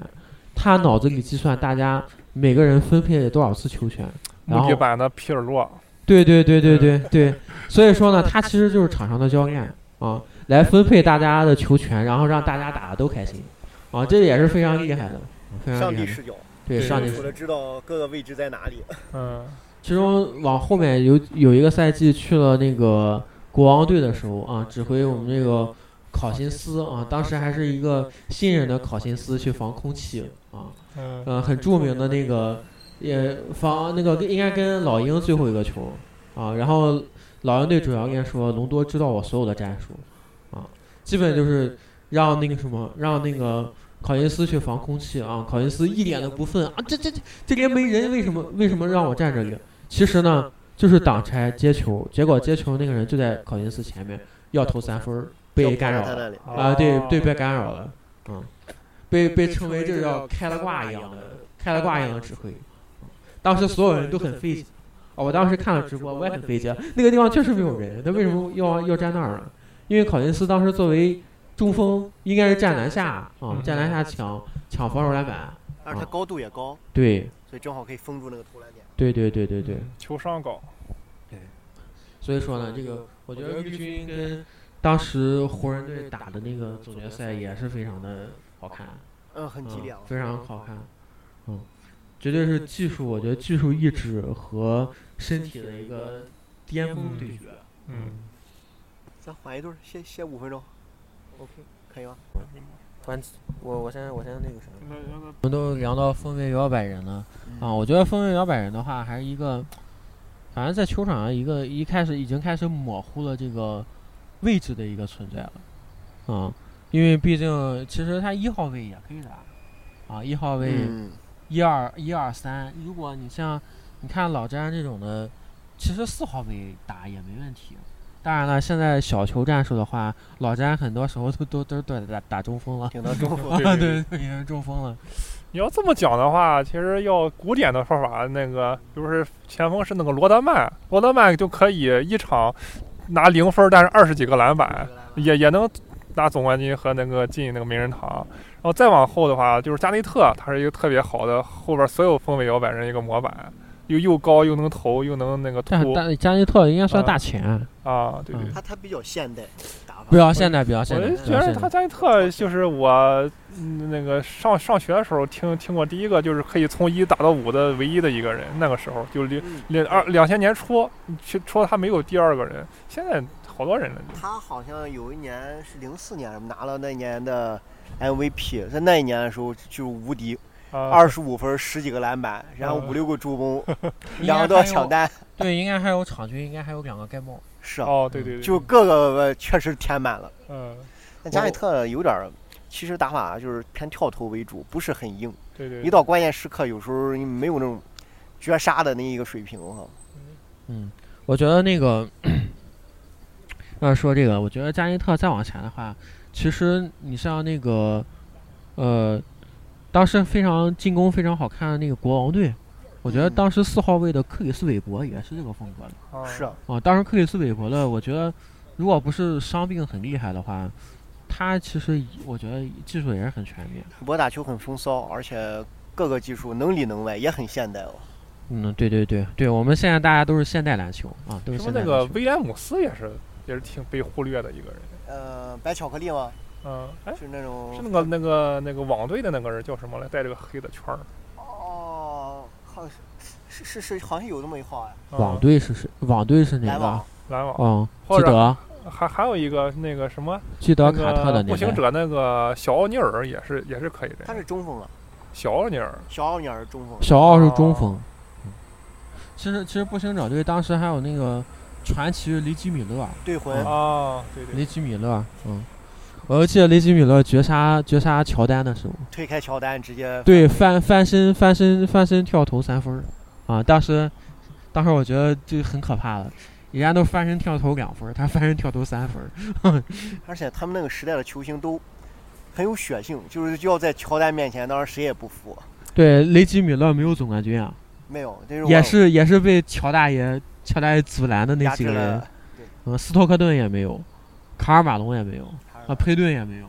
S1: 他脑子里计算大家每个人分配了多少次球权，然
S6: 木
S1: 后
S6: 地板的皮尔洛，
S1: 对对对对对 对，所以说呢，他其实就是场上的教练啊，来分配大家的球权，然后让大家打的都开心啊，这也是非常厉害的，非常
S5: 上
S1: 厉
S5: 帝
S1: 害的，
S5: 视角，
S1: 对
S6: 对
S1: 上帝
S6: 对
S1: 视
S5: 除
S1: 角
S5: 了知道各个位置在哪里，
S6: 嗯，
S1: 其中往后面有有一个赛季去了那个国王队的时候啊，指挥我们这个考辛斯啊，当时还是一个新人的考辛斯去防空气啊，
S6: 嗯，
S1: 呃，很著名的那个也防那个应该跟老鹰最后一个球啊，然后老鹰队主教练说隆多知道我所有的战术啊，基本就是让那个什么让那个。考辛斯去防空气啊！考辛斯一脸的不忿啊！这这这这边没人，为什么为什么让我站这里？其实呢，就是挡拆接球，结果接球那个人就在考辛斯前面，要投三分儿被干扰
S5: 他那
S1: 了
S5: 里。
S1: 啊！对对，被
S6: 哦
S1: 干扰了，嗯，被被称为这叫开了挂一样的开了挂一样的指挥。当时所有人都很费解，啊，我当时看了直播，我也很费解，那个地方确实没有人，那为什么要要站那儿呢？因为考辛斯当时作为中锋，应该是站篮下啊，站篮下抢抢防守篮板，
S5: 但
S1: 哦
S5: 是他高度也高，
S1: 对
S5: 所以正好可以封住那个投篮点。
S1: 对对对对对。
S6: 球商高，
S1: 所以说呢，这个我觉得绿军跟当时湖人队打的那个总决赛也是非常的好看，
S5: 嗯，很激烈了
S1: 嗯，，非常好看，嗯，绝对是技术，我觉得技术意志和身体的一个巅峰对决。
S6: 嗯，
S5: 咱缓一顿，歇歇五分钟。OK，可以吗？
S3: 我我先我先那个啥，
S1: 我们都聊到锋卫摇摆人了啊，我觉得锋卫摇摆人的话，还是一个，反正在球场上一个一开始已经开始模糊了这个位置的一个存在了，啊，因为毕竟其实他一号位也可以打，啊，一号位
S5: 嗯，
S1: 一二一二三，如果你像你看老詹这种的，其实四号位打也没问题。当然了，现在小球战术的话，老詹很多时候都都都都打打中锋了，
S5: 顶到中 锋。
S6: 对对对
S1: 对，已经是中锋了。
S6: 你要这么讲的话，其实要古典的说法，那个就是前锋是那个罗德曼，罗德曼就可以一场拿零分，但是二十几个篮板，也也能拿总冠军和那个进那个名人堂。然后再往后的话，就是加内特，他是一个特别好的后边所有锋卫摇摆人一个模板，又又高又能投又能那个
S1: 但
S6: 突
S1: 但加内特应该算
S6: 算
S1: 大
S6: 大
S1: 前，
S6: 啊，对对
S1: 嗯
S5: 他他比较现代打法
S1: 不。要现在，不要现在，
S6: 我就
S1: 不
S6: 觉
S1: 要
S6: 得
S1: 现
S6: 他
S1: 在。
S6: 加内特就是我嗯那个上上学的时候听听过第一个，就是可以从一打到五的唯一的一个人。那个时候就零
S5: 嗯
S6: 两二两千年初，去除了他没有第二个人。现在好多人了，
S5: 他好像有一年是零四年拿了那年的 MVP，在那一年的时候就是无敌，
S6: 啊，
S5: 二十五分，十几个篮板，然后
S6: 啊
S5: 五六个助攻，
S1: 应该
S5: 两个都要
S1: 还有
S5: 抢单。
S1: 对，应该还有场均，应该还有两个盖帽。
S5: 是啊，
S6: 哦，对对对，
S5: 就各个呃确实填满了。
S6: 嗯，
S5: 但加内特有点儿，其实打法就是偏跳投为主，不是很硬。
S6: 对对，
S5: 一到关键时刻，有时候你没有那种绝杀的那一个水平哈。
S1: 嗯，我觉得那个要说这个，我觉得加内特再往前的话，其实你像那个呃，当时非常进攻非常好看的那个国王队，我觉得
S5: 嗯
S1: 当时四号位的克里斯韦伯也是这个风格的。
S6: 啊
S5: 是啊，
S1: 啊，当时克里斯韦伯的，我觉得如果不是伤病很厉害的话，他其实也我觉得技术也是很全面。
S5: 我打球很风骚，而且各个技术能里能外，也很现代哦。
S1: 嗯，对对对对，我们现在大家都是现代篮球啊，都是
S6: 什么
S1: 现代
S6: 那
S1: 篮
S6: 个
S1: 球
S6: 威廉姆斯也是也是挺被忽略的一个人。
S5: 呃，白巧克力吗？
S6: 嗯，哎，
S5: 是那
S6: 是
S5: 种
S6: 那个那个那个网队的那个人叫什么来？带着个黑的圈儿。
S5: 哦，好是是是，好像有这么一号哎，
S6: 嗯
S1: 网队是谁？网队是哪
S5: 篮网
S1: 个？
S6: 篮网，
S1: 嗯，
S6: 或
S1: 基
S6: 者
S1: 德，
S6: 还还有一个那个什么
S1: 基
S6: 那
S1: 德卡特
S6: 个
S1: 的
S6: 步
S1: 年
S6: 行
S1: 代。
S6: 者那个小奥尼尔也是也是可以
S5: 他
S6: 的。
S5: 是中锋啊，
S6: 小奥尼尔，
S5: 小奥尼尔中锋。
S1: 小奥是中
S6: 哦
S1: 锋。嗯其实其实步行者队当时还有那个传奇雷吉米勒，
S5: 对魂，
S1: 哦
S6: 啊，对对，
S1: 雷吉米勒，嗯，我记得雷吉米勒绝杀绝杀乔丹的时候，
S5: 推开乔丹直接
S1: 对翻翻身翻身翻身跳投三分儿啊，当时当时我觉得就很可怕了，人家都翻身跳投两分儿，他翻身跳投三分儿，
S5: 而且他们那个时代的球星都很有血性，就是要在乔丹面前，当然谁也不服。
S1: 对雷吉米勒没有总冠军啊，
S5: 没有，这是
S1: 也
S5: 我
S1: 是也是被乔大爷乔大爷阻拦的那
S5: 压
S1: 几
S5: 制
S1: 个人
S5: 了，
S1: 嗯，斯托克顿也没有，卡尔马龙也没有。
S5: 还是
S1: 啊，佩顿也没有，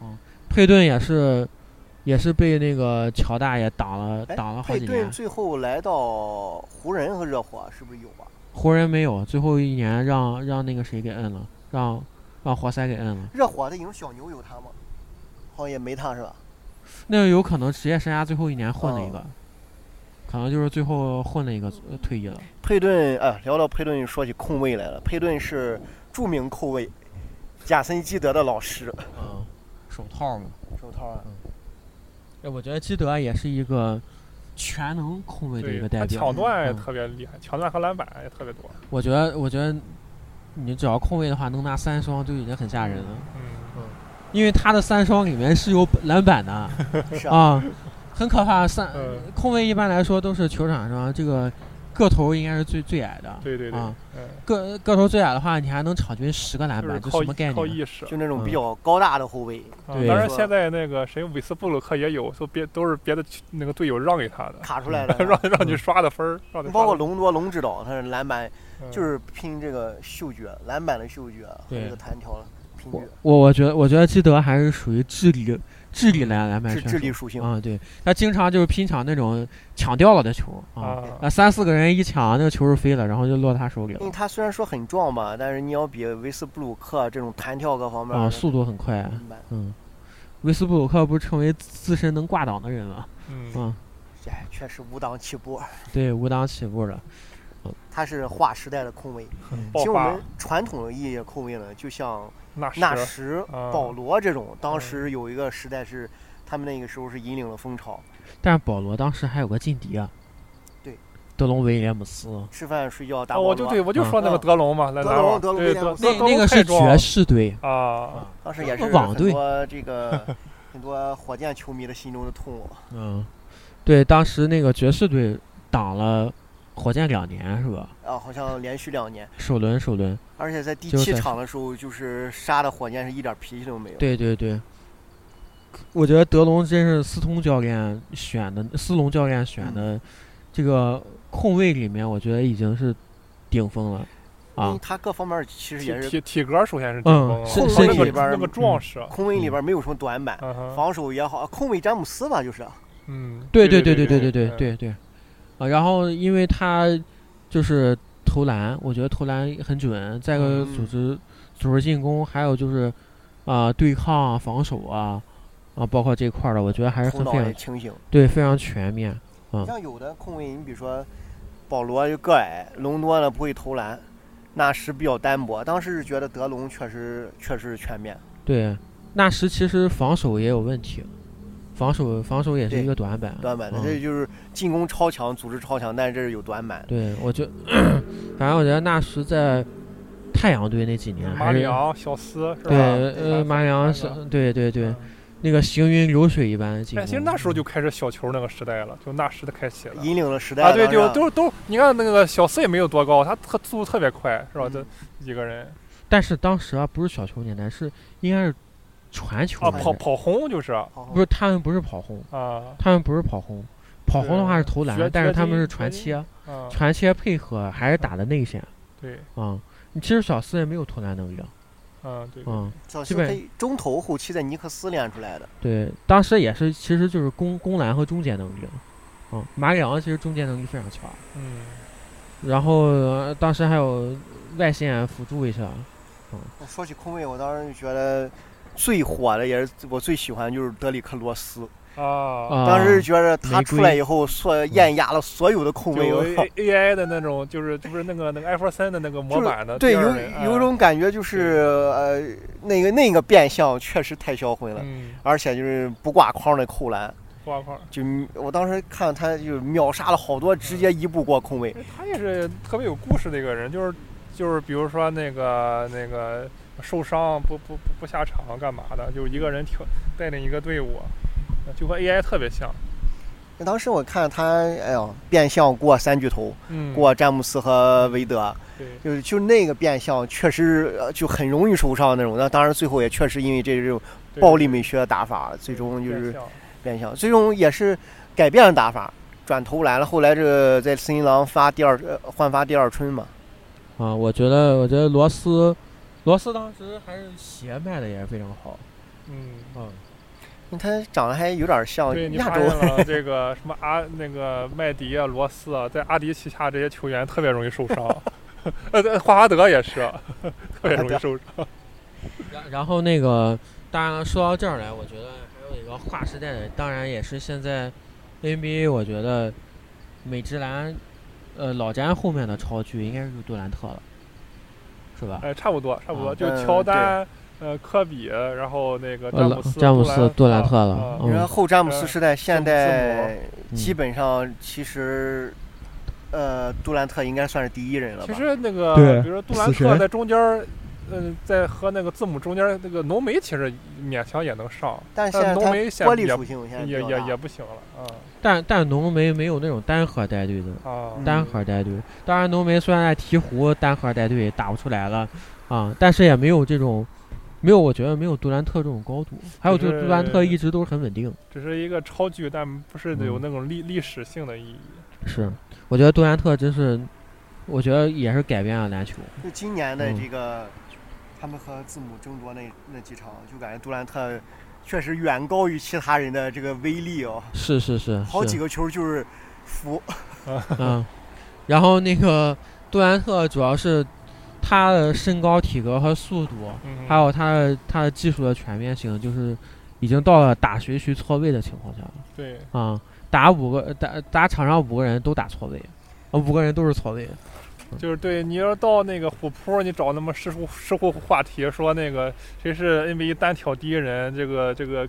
S1: 嗯，佩顿也是，也是被那个乔大爷挡了
S5: 哎
S1: 挡了好
S5: 佩
S1: 几
S5: 顿
S1: 年。
S5: 最后来到湖人和热火，是不是有啊？
S1: 湖人没有，最后一年让让那个谁给摁了，让让活塞给摁了。
S5: 热火的赢小牛有他吗？好像也没他是吧？
S1: 那个有可能职业生涯最后一年混了一
S5: 哦
S1: 个，可能就是最后混了一个呃退役了。
S5: 佩顿啊，聊到佩顿，说起控卫来了。佩顿是著名控卫贾森基德的老师。
S1: 嗯，手套嘛。
S5: 手套啊，
S1: 哎，我觉得基德也是一个全能控卫的一
S6: 对
S1: 个
S6: 他
S1: 代表。
S6: 抢断也
S1: 嗯
S6: 特别厉害，抢断和篮板也特别多。
S1: 我觉得，我觉得你只要控卫的话，能拿三双就已经很吓人了。
S6: 嗯，
S1: 因为他的三双里面是有篮 板的
S5: 是啊，
S1: 啊，很可怕。三
S6: 嗯
S1: 控卫一般来说都是球场上这个个头应该是最最矮的，
S6: 对对对
S1: 啊，
S6: 嗯，
S1: 个个头最矮的话，你还能场均十个篮
S6: 就是
S1: 板，这
S6: 靠
S1: 什么概
S6: 意靠
S1: 念？
S6: 意识。
S5: 就那种比
S1: 嗯
S5: 较高大的后卫。
S6: 啊
S1: 对
S6: 当然
S5: 是吧
S6: 现在那个谁韦斯布鲁克也有，都别都是别的那个队友让给他的，
S5: 卡出 来的啊
S6: 让，让
S1: 嗯
S6: 你刷的分儿，让你
S5: 包
S6: 刷
S5: 括
S6: 的
S5: 隆多、龙指导，他是篮板，
S6: 嗯
S5: 就是拼这个嗅觉，篮板的嗅觉啊和
S1: 对
S5: 这个弹跳的拼
S1: 我
S5: 觉，
S1: 我我觉得我觉得基德还是属于智力智力篮篮板
S5: 是
S1: 选
S5: 智
S1: 手
S5: 力属性。
S1: 啊，对他经常就是拼抢那种抢掉了的球啊，
S6: 啊，
S1: 那三四个人一抢，那个球就飞了，然后就落他手里
S5: 因为
S1: 了
S5: 他虽然说很壮吧，但是你要比维斯布鲁克啊这种弹跳各方面
S1: 啊，
S5: 的
S1: 速度很快，
S5: 篮板，
S1: 嗯，维斯布鲁克不是成为自身能挂档的人了，
S6: 嗯，
S1: 嗯。
S5: 哎，确实无档起步。
S1: 对，无档起步了。
S5: 他是划时代的控卫，
S6: 爆
S5: 其实我
S6: 发
S5: 们传统的意义的控卫呢，就像
S6: 纳
S5: 纳
S6: 什
S5: 什、
S6: 啊
S5: 保罗这种，当时有一个时代是他们那个时候是引领了风潮，
S1: 但是保罗当时还有个劲敌啊，
S5: 对，
S1: 德隆维廉姆斯，
S5: 吃饭睡觉打
S6: 啊，
S5: 保罗。
S6: 我就对我就说那个
S5: 嗯
S6: 德隆嘛，来
S5: 德
S6: 来
S5: 隆
S6: 往
S5: 德隆
S6: 对
S5: 威
S6: 德
S5: 廉姆斯
S1: 那
S6: 德隆
S1: 那个
S6: 太
S1: 是嗯
S6: 壮
S1: 爵士队，
S6: 啊，
S5: 当时也是
S1: 网
S5: 很
S1: 队
S5: 多这个很多火箭球迷的心中的痛哦。
S1: 嗯，对，当时那个爵士队挡了火箭两年是吧？
S5: 啊，好像连续两年，
S1: 首轮首轮，
S5: 而且在第
S1: 就是
S5: 七
S1: 在
S5: 场的时候，就是杀的火箭是一点脾气都没有。
S1: 对对对。我觉得德隆真是斯通教练选的，斯隆教练选的这个控卫里面，我觉得已经是顶峰了
S5: 因为
S1: 啊！
S5: 他各方面其实也
S6: 体
S5: 是
S6: 体体格首先是顶峰
S1: 嗯
S6: 啊，
S1: 身
S6: 后
S1: 身
S6: 那个
S1: 体嗯
S5: 里边儿
S6: 那个壮实，
S5: 空位里边没有什么短板，
S6: 嗯哼
S5: 防守也好，控卫詹姆斯吧，就是
S6: 嗯，
S1: 对
S6: 对
S1: 对对
S6: 对
S1: 对对
S6: 对，
S1: 对对，啊，然后因为他就是投篮，我觉得投篮很准，再个
S5: 嗯
S1: 组织组织进攻，还有就是啊、对抗啊、防守啊啊，包括这块儿的，我觉得还是
S5: 头
S1: 很
S5: 脑
S1: 非
S5: 也
S1: 常
S5: 清醒。
S1: 对非常全面。嗯
S5: 像有的控卫，你比如说保罗就个矮，隆多呢不会投篮，纳什比较单薄。当时是觉得德隆确实确实是全面，
S1: 对，纳什其实防守也有问题，防守防守也是一个短板。
S5: 短板的，
S1: 嗯
S5: 这就是进攻超强，组织超强，但是这是有短板。
S1: 对，我觉反正我觉得纳什在太阳队那几年
S6: 嗯马
S1: 还
S6: 里
S1: 是
S6: 昂、小斯是吧？
S1: 对
S6: 这
S1: 呃
S6: 三
S1: 马里昂是
S6: 三个
S1: 对对对
S6: 嗯，
S1: 那个行云流水一般的进
S6: 哎，
S1: 攻。嗯
S6: 其实那时候就开始小球那个时代了，就纳什的开启了。
S5: 引领了时代
S6: 啊，对，
S5: 当
S6: 就
S5: 然
S6: 都都，你看那个小斯也没有多高，他特速度特别快，是吧？
S5: 嗯
S6: 这一个人
S1: 但是当时啊，不是小球年代，是应该是传球
S6: 啊，
S1: 年
S6: 跑
S1: 代
S6: 跑轰就是啊，
S5: 好好
S1: 不是他们不是跑轰，他们不是跑轰，跑轰的话是投
S6: 对
S1: 篮
S6: 绝，
S1: 但是他
S6: 绝
S1: 们是
S6: 地
S1: 传
S6: 绝地
S1: 切，
S6: 啊，
S1: 传切配合还是打的内线
S6: 对，
S1: 啊、其实小斯也没有投篮能力啊，
S6: 嗯，对，
S1: 嗯，
S5: 早
S1: 基
S5: 期
S1: 本
S5: 他中投后期在尼克斯练出来的，
S1: 对，当时也是，其实就是攻攻篮和终结能力了，嗯，马里昂其实终结能力非常强，
S6: 嗯，
S1: 然后、呃当时还有外线辅助一下，啊
S5: 哦说起空位，我当时就觉得最火的也是我最喜欢就是德里克罗斯，
S6: 啊，
S1: 啊嗯
S5: 当时觉得他
S1: 没
S5: 出
S1: 追
S5: 来以后，所艳压了所有的空位，
S6: 有
S5: 我靠
S6: A A I 的那种，就是就是那个那个 Air 三的那个模板的，
S5: 对，
S6: 第二啊嗯
S5: 有
S6: 类
S5: 有一，种感觉就是呃，那个那个变相确实太销魂
S6: 哎
S5: 了，
S6: 嗯，
S5: 而且就是不挂框的扣篮，
S6: 画框，
S5: 就我当时看他就秒杀了好多，直
S1: 嗯
S5: 接一步过空位
S6: 因。为他也是特别有故事的一个人，就是就是比如说那个那个受伤不不不不下场干嘛的，就是一个人挑带领一个队伍，就和 AI 特别像，
S5: 那当时我看他，哎呦，变相过三巨头，
S6: 嗯，
S5: 过詹姆斯和韦德，
S6: 对，
S5: 就是就那个变相确实呃就很容易受伤那种。那当然最后也确实因为这这种
S6: 对
S5: 暴力美学的打法，最终就
S6: 变
S5: 是
S6: 相
S5: 变相，最终也是改变了打法，转投篮了。后来这个在森林狼发第二呃焕发第二春嘛，
S1: 啊，我觉得，我觉得罗斯，罗斯当时还是鞋卖的也是非常好，
S6: 嗯。
S1: 嗯，
S5: 他长得还有点像
S6: 对你
S5: 哦亚
S6: 发
S5: 洲
S6: 现。了这个什么阿那个麦迪啊、罗斯啊，在阿迪旗下这些球员特别容易 受伤，呃，对霍华德也是，啊 特别容易受伤。
S1: 然然后那个，当然了，说到这儿来，我觉得还有一个划时代的，当然也是现在 NBA，我觉得美职篮，呃，老詹后面的超巨应该是杜兰特了，是吧？
S6: 哎，差不多，差不多，
S1: 啊
S6: 就
S5: 嗯
S6: 乔丹、呃科比，然后那个
S1: 呃
S6: 詹
S1: 老
S6: 姆斯、
S1: 詹姆斯杜兰特了
S6: 啊
S1: 嗯
S5: 你说后詹姆斯时
S6: 呃
S5: 代，现代
S1: 嗯
S5: 基本上其实，呃，杜兰特应该算是第一人了吧？
S6: 其实那个，
S4: 对
S6: 比如说杜兰
S4: 死
S6: 特
S4: 神
S6: 在中间儿，嗯、在和那个字母中间儿那个浓眉其实勉强也能上，
S5: 但
S6: 但
S5: 是现在
S6: 呃浓
S5: 他
S6: 眉现
S5: 玻
S6: 在
S5: 璃
S6: 也
S5: 属性现在
S6: 也
S5: 比较
S6: 也
S5: 大
S6: 也不行了啊
S1: 但但浓眉没有那种单核带队的，
S6: 啊！
S5: 嗯
S1: 单核带队。当然，浓眉虽然在鹈鹕单核带队打不出来了啊，但是也没有这种，没有我觉得没有杜兰特这种高度。还有就是杜兰特一直都是很稳定，
S6: 只是一个超巨，但不是
S4: 嗯
S6: 有那种历、历史性的意义。
S1: 是，我觉得杜兰特真是，我觉得也是改变了篮球。
S5: 就今年的
S1: 嗯
S5: 这个，他们和字母争夺那那几场，就感觉杜兰特确实远高于其他人的这个威力哦，
S1: 是是是，
S5: 好
S1: 是
S5: 几个球就是服。
S1: 嗯，然后那个杜兰特主要是他的身高、体格和速度，
S6: 嗯，
S1: 还有他的他的技术的全面性，就是已经到了打谁谁错位的情况下了。
S6: 对，
S1: 啊、打五个打打场上五个人都打错位，啊，五个人都是错位。
S6: 就是对你要到那个虎扑，你找那么知乎知乎话题，说那个谁是 NBA 单挑第一人，这个这个，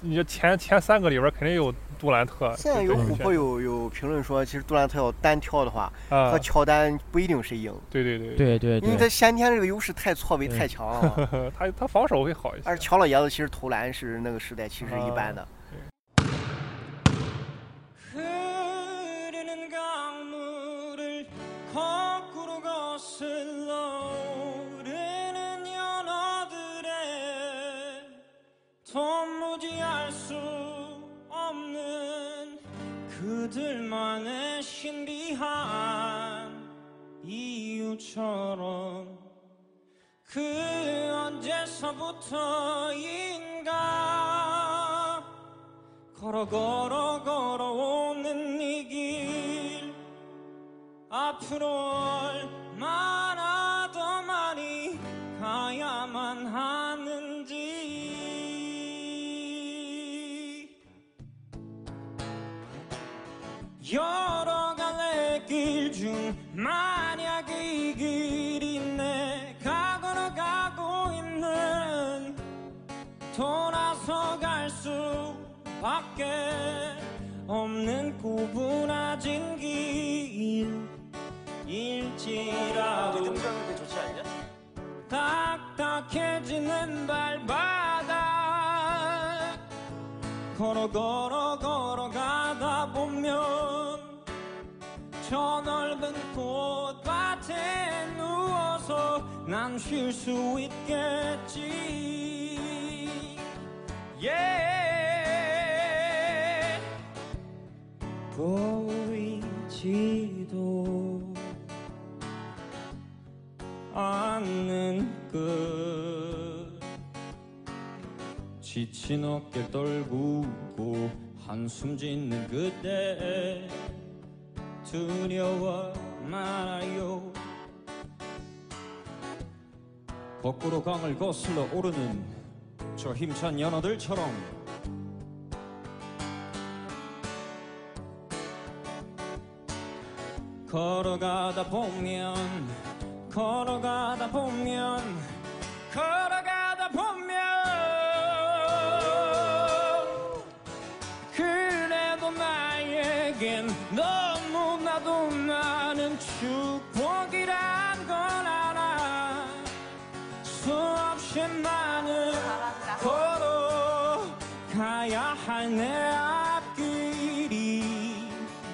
S6: 你就前前三个里边肯定有杜兰特。
S5: 现在有琥珀有有评论说，其实杜兰特要单挑的话，
S6: 啊
S5: 和，乔丹不一定谁赢，
S6: 对对对，
S1: 对对
S5: 因为
S1: 对
S5: 他先天这个优势太错位
S1: 对
S5: 太强了 嘛。
S6: 他他防守会好一些。
S5: 而乔老爷子其实投篮是那个时代其实一般的，
S2: 흐르는 강물을 거꾸로 거슬러 오르는 연어들의 도무지 알 수 없는 그들만의 신비한 이유처럼 그 언제서부터인가 걸어 걸어 걸어오는 이 길 앞으로 얼마나 더 많이 가야만 하는지 여러 갈래 길 중 만약 이 길이 내가 걸어가고 있는 돌아서 갈 수밖에 없는 구분아진 길일지라도 딱딱해지는 발바닥 걸어 걸어 걸어가다 보면 저 넓은 꽃밭에 누워서 난 쉴 수 있겠지 yeah. 보이지도 않는 끝 지친 어깨 떨구고 한숨 짓는 그때 두려워 말아요 거꾸로 강을 거슬러 오르는 저 힘찬 연어들처럼 걸어가다 보면 걸어가다 보면 걸어가다 보면 그래도 나에겐 너무나도 많은 축복이란 걸 알아 수없이 많은 걸어가야 할 내 앞길이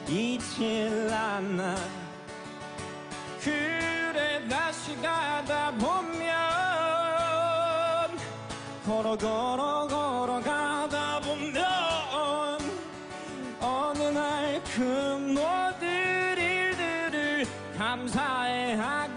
S2: 잊질 않아 그래 다시 가다 보면 걸어 걸어 걸어 가다 보면 어느 날 그 모든 일들을 감사해 하게 oh,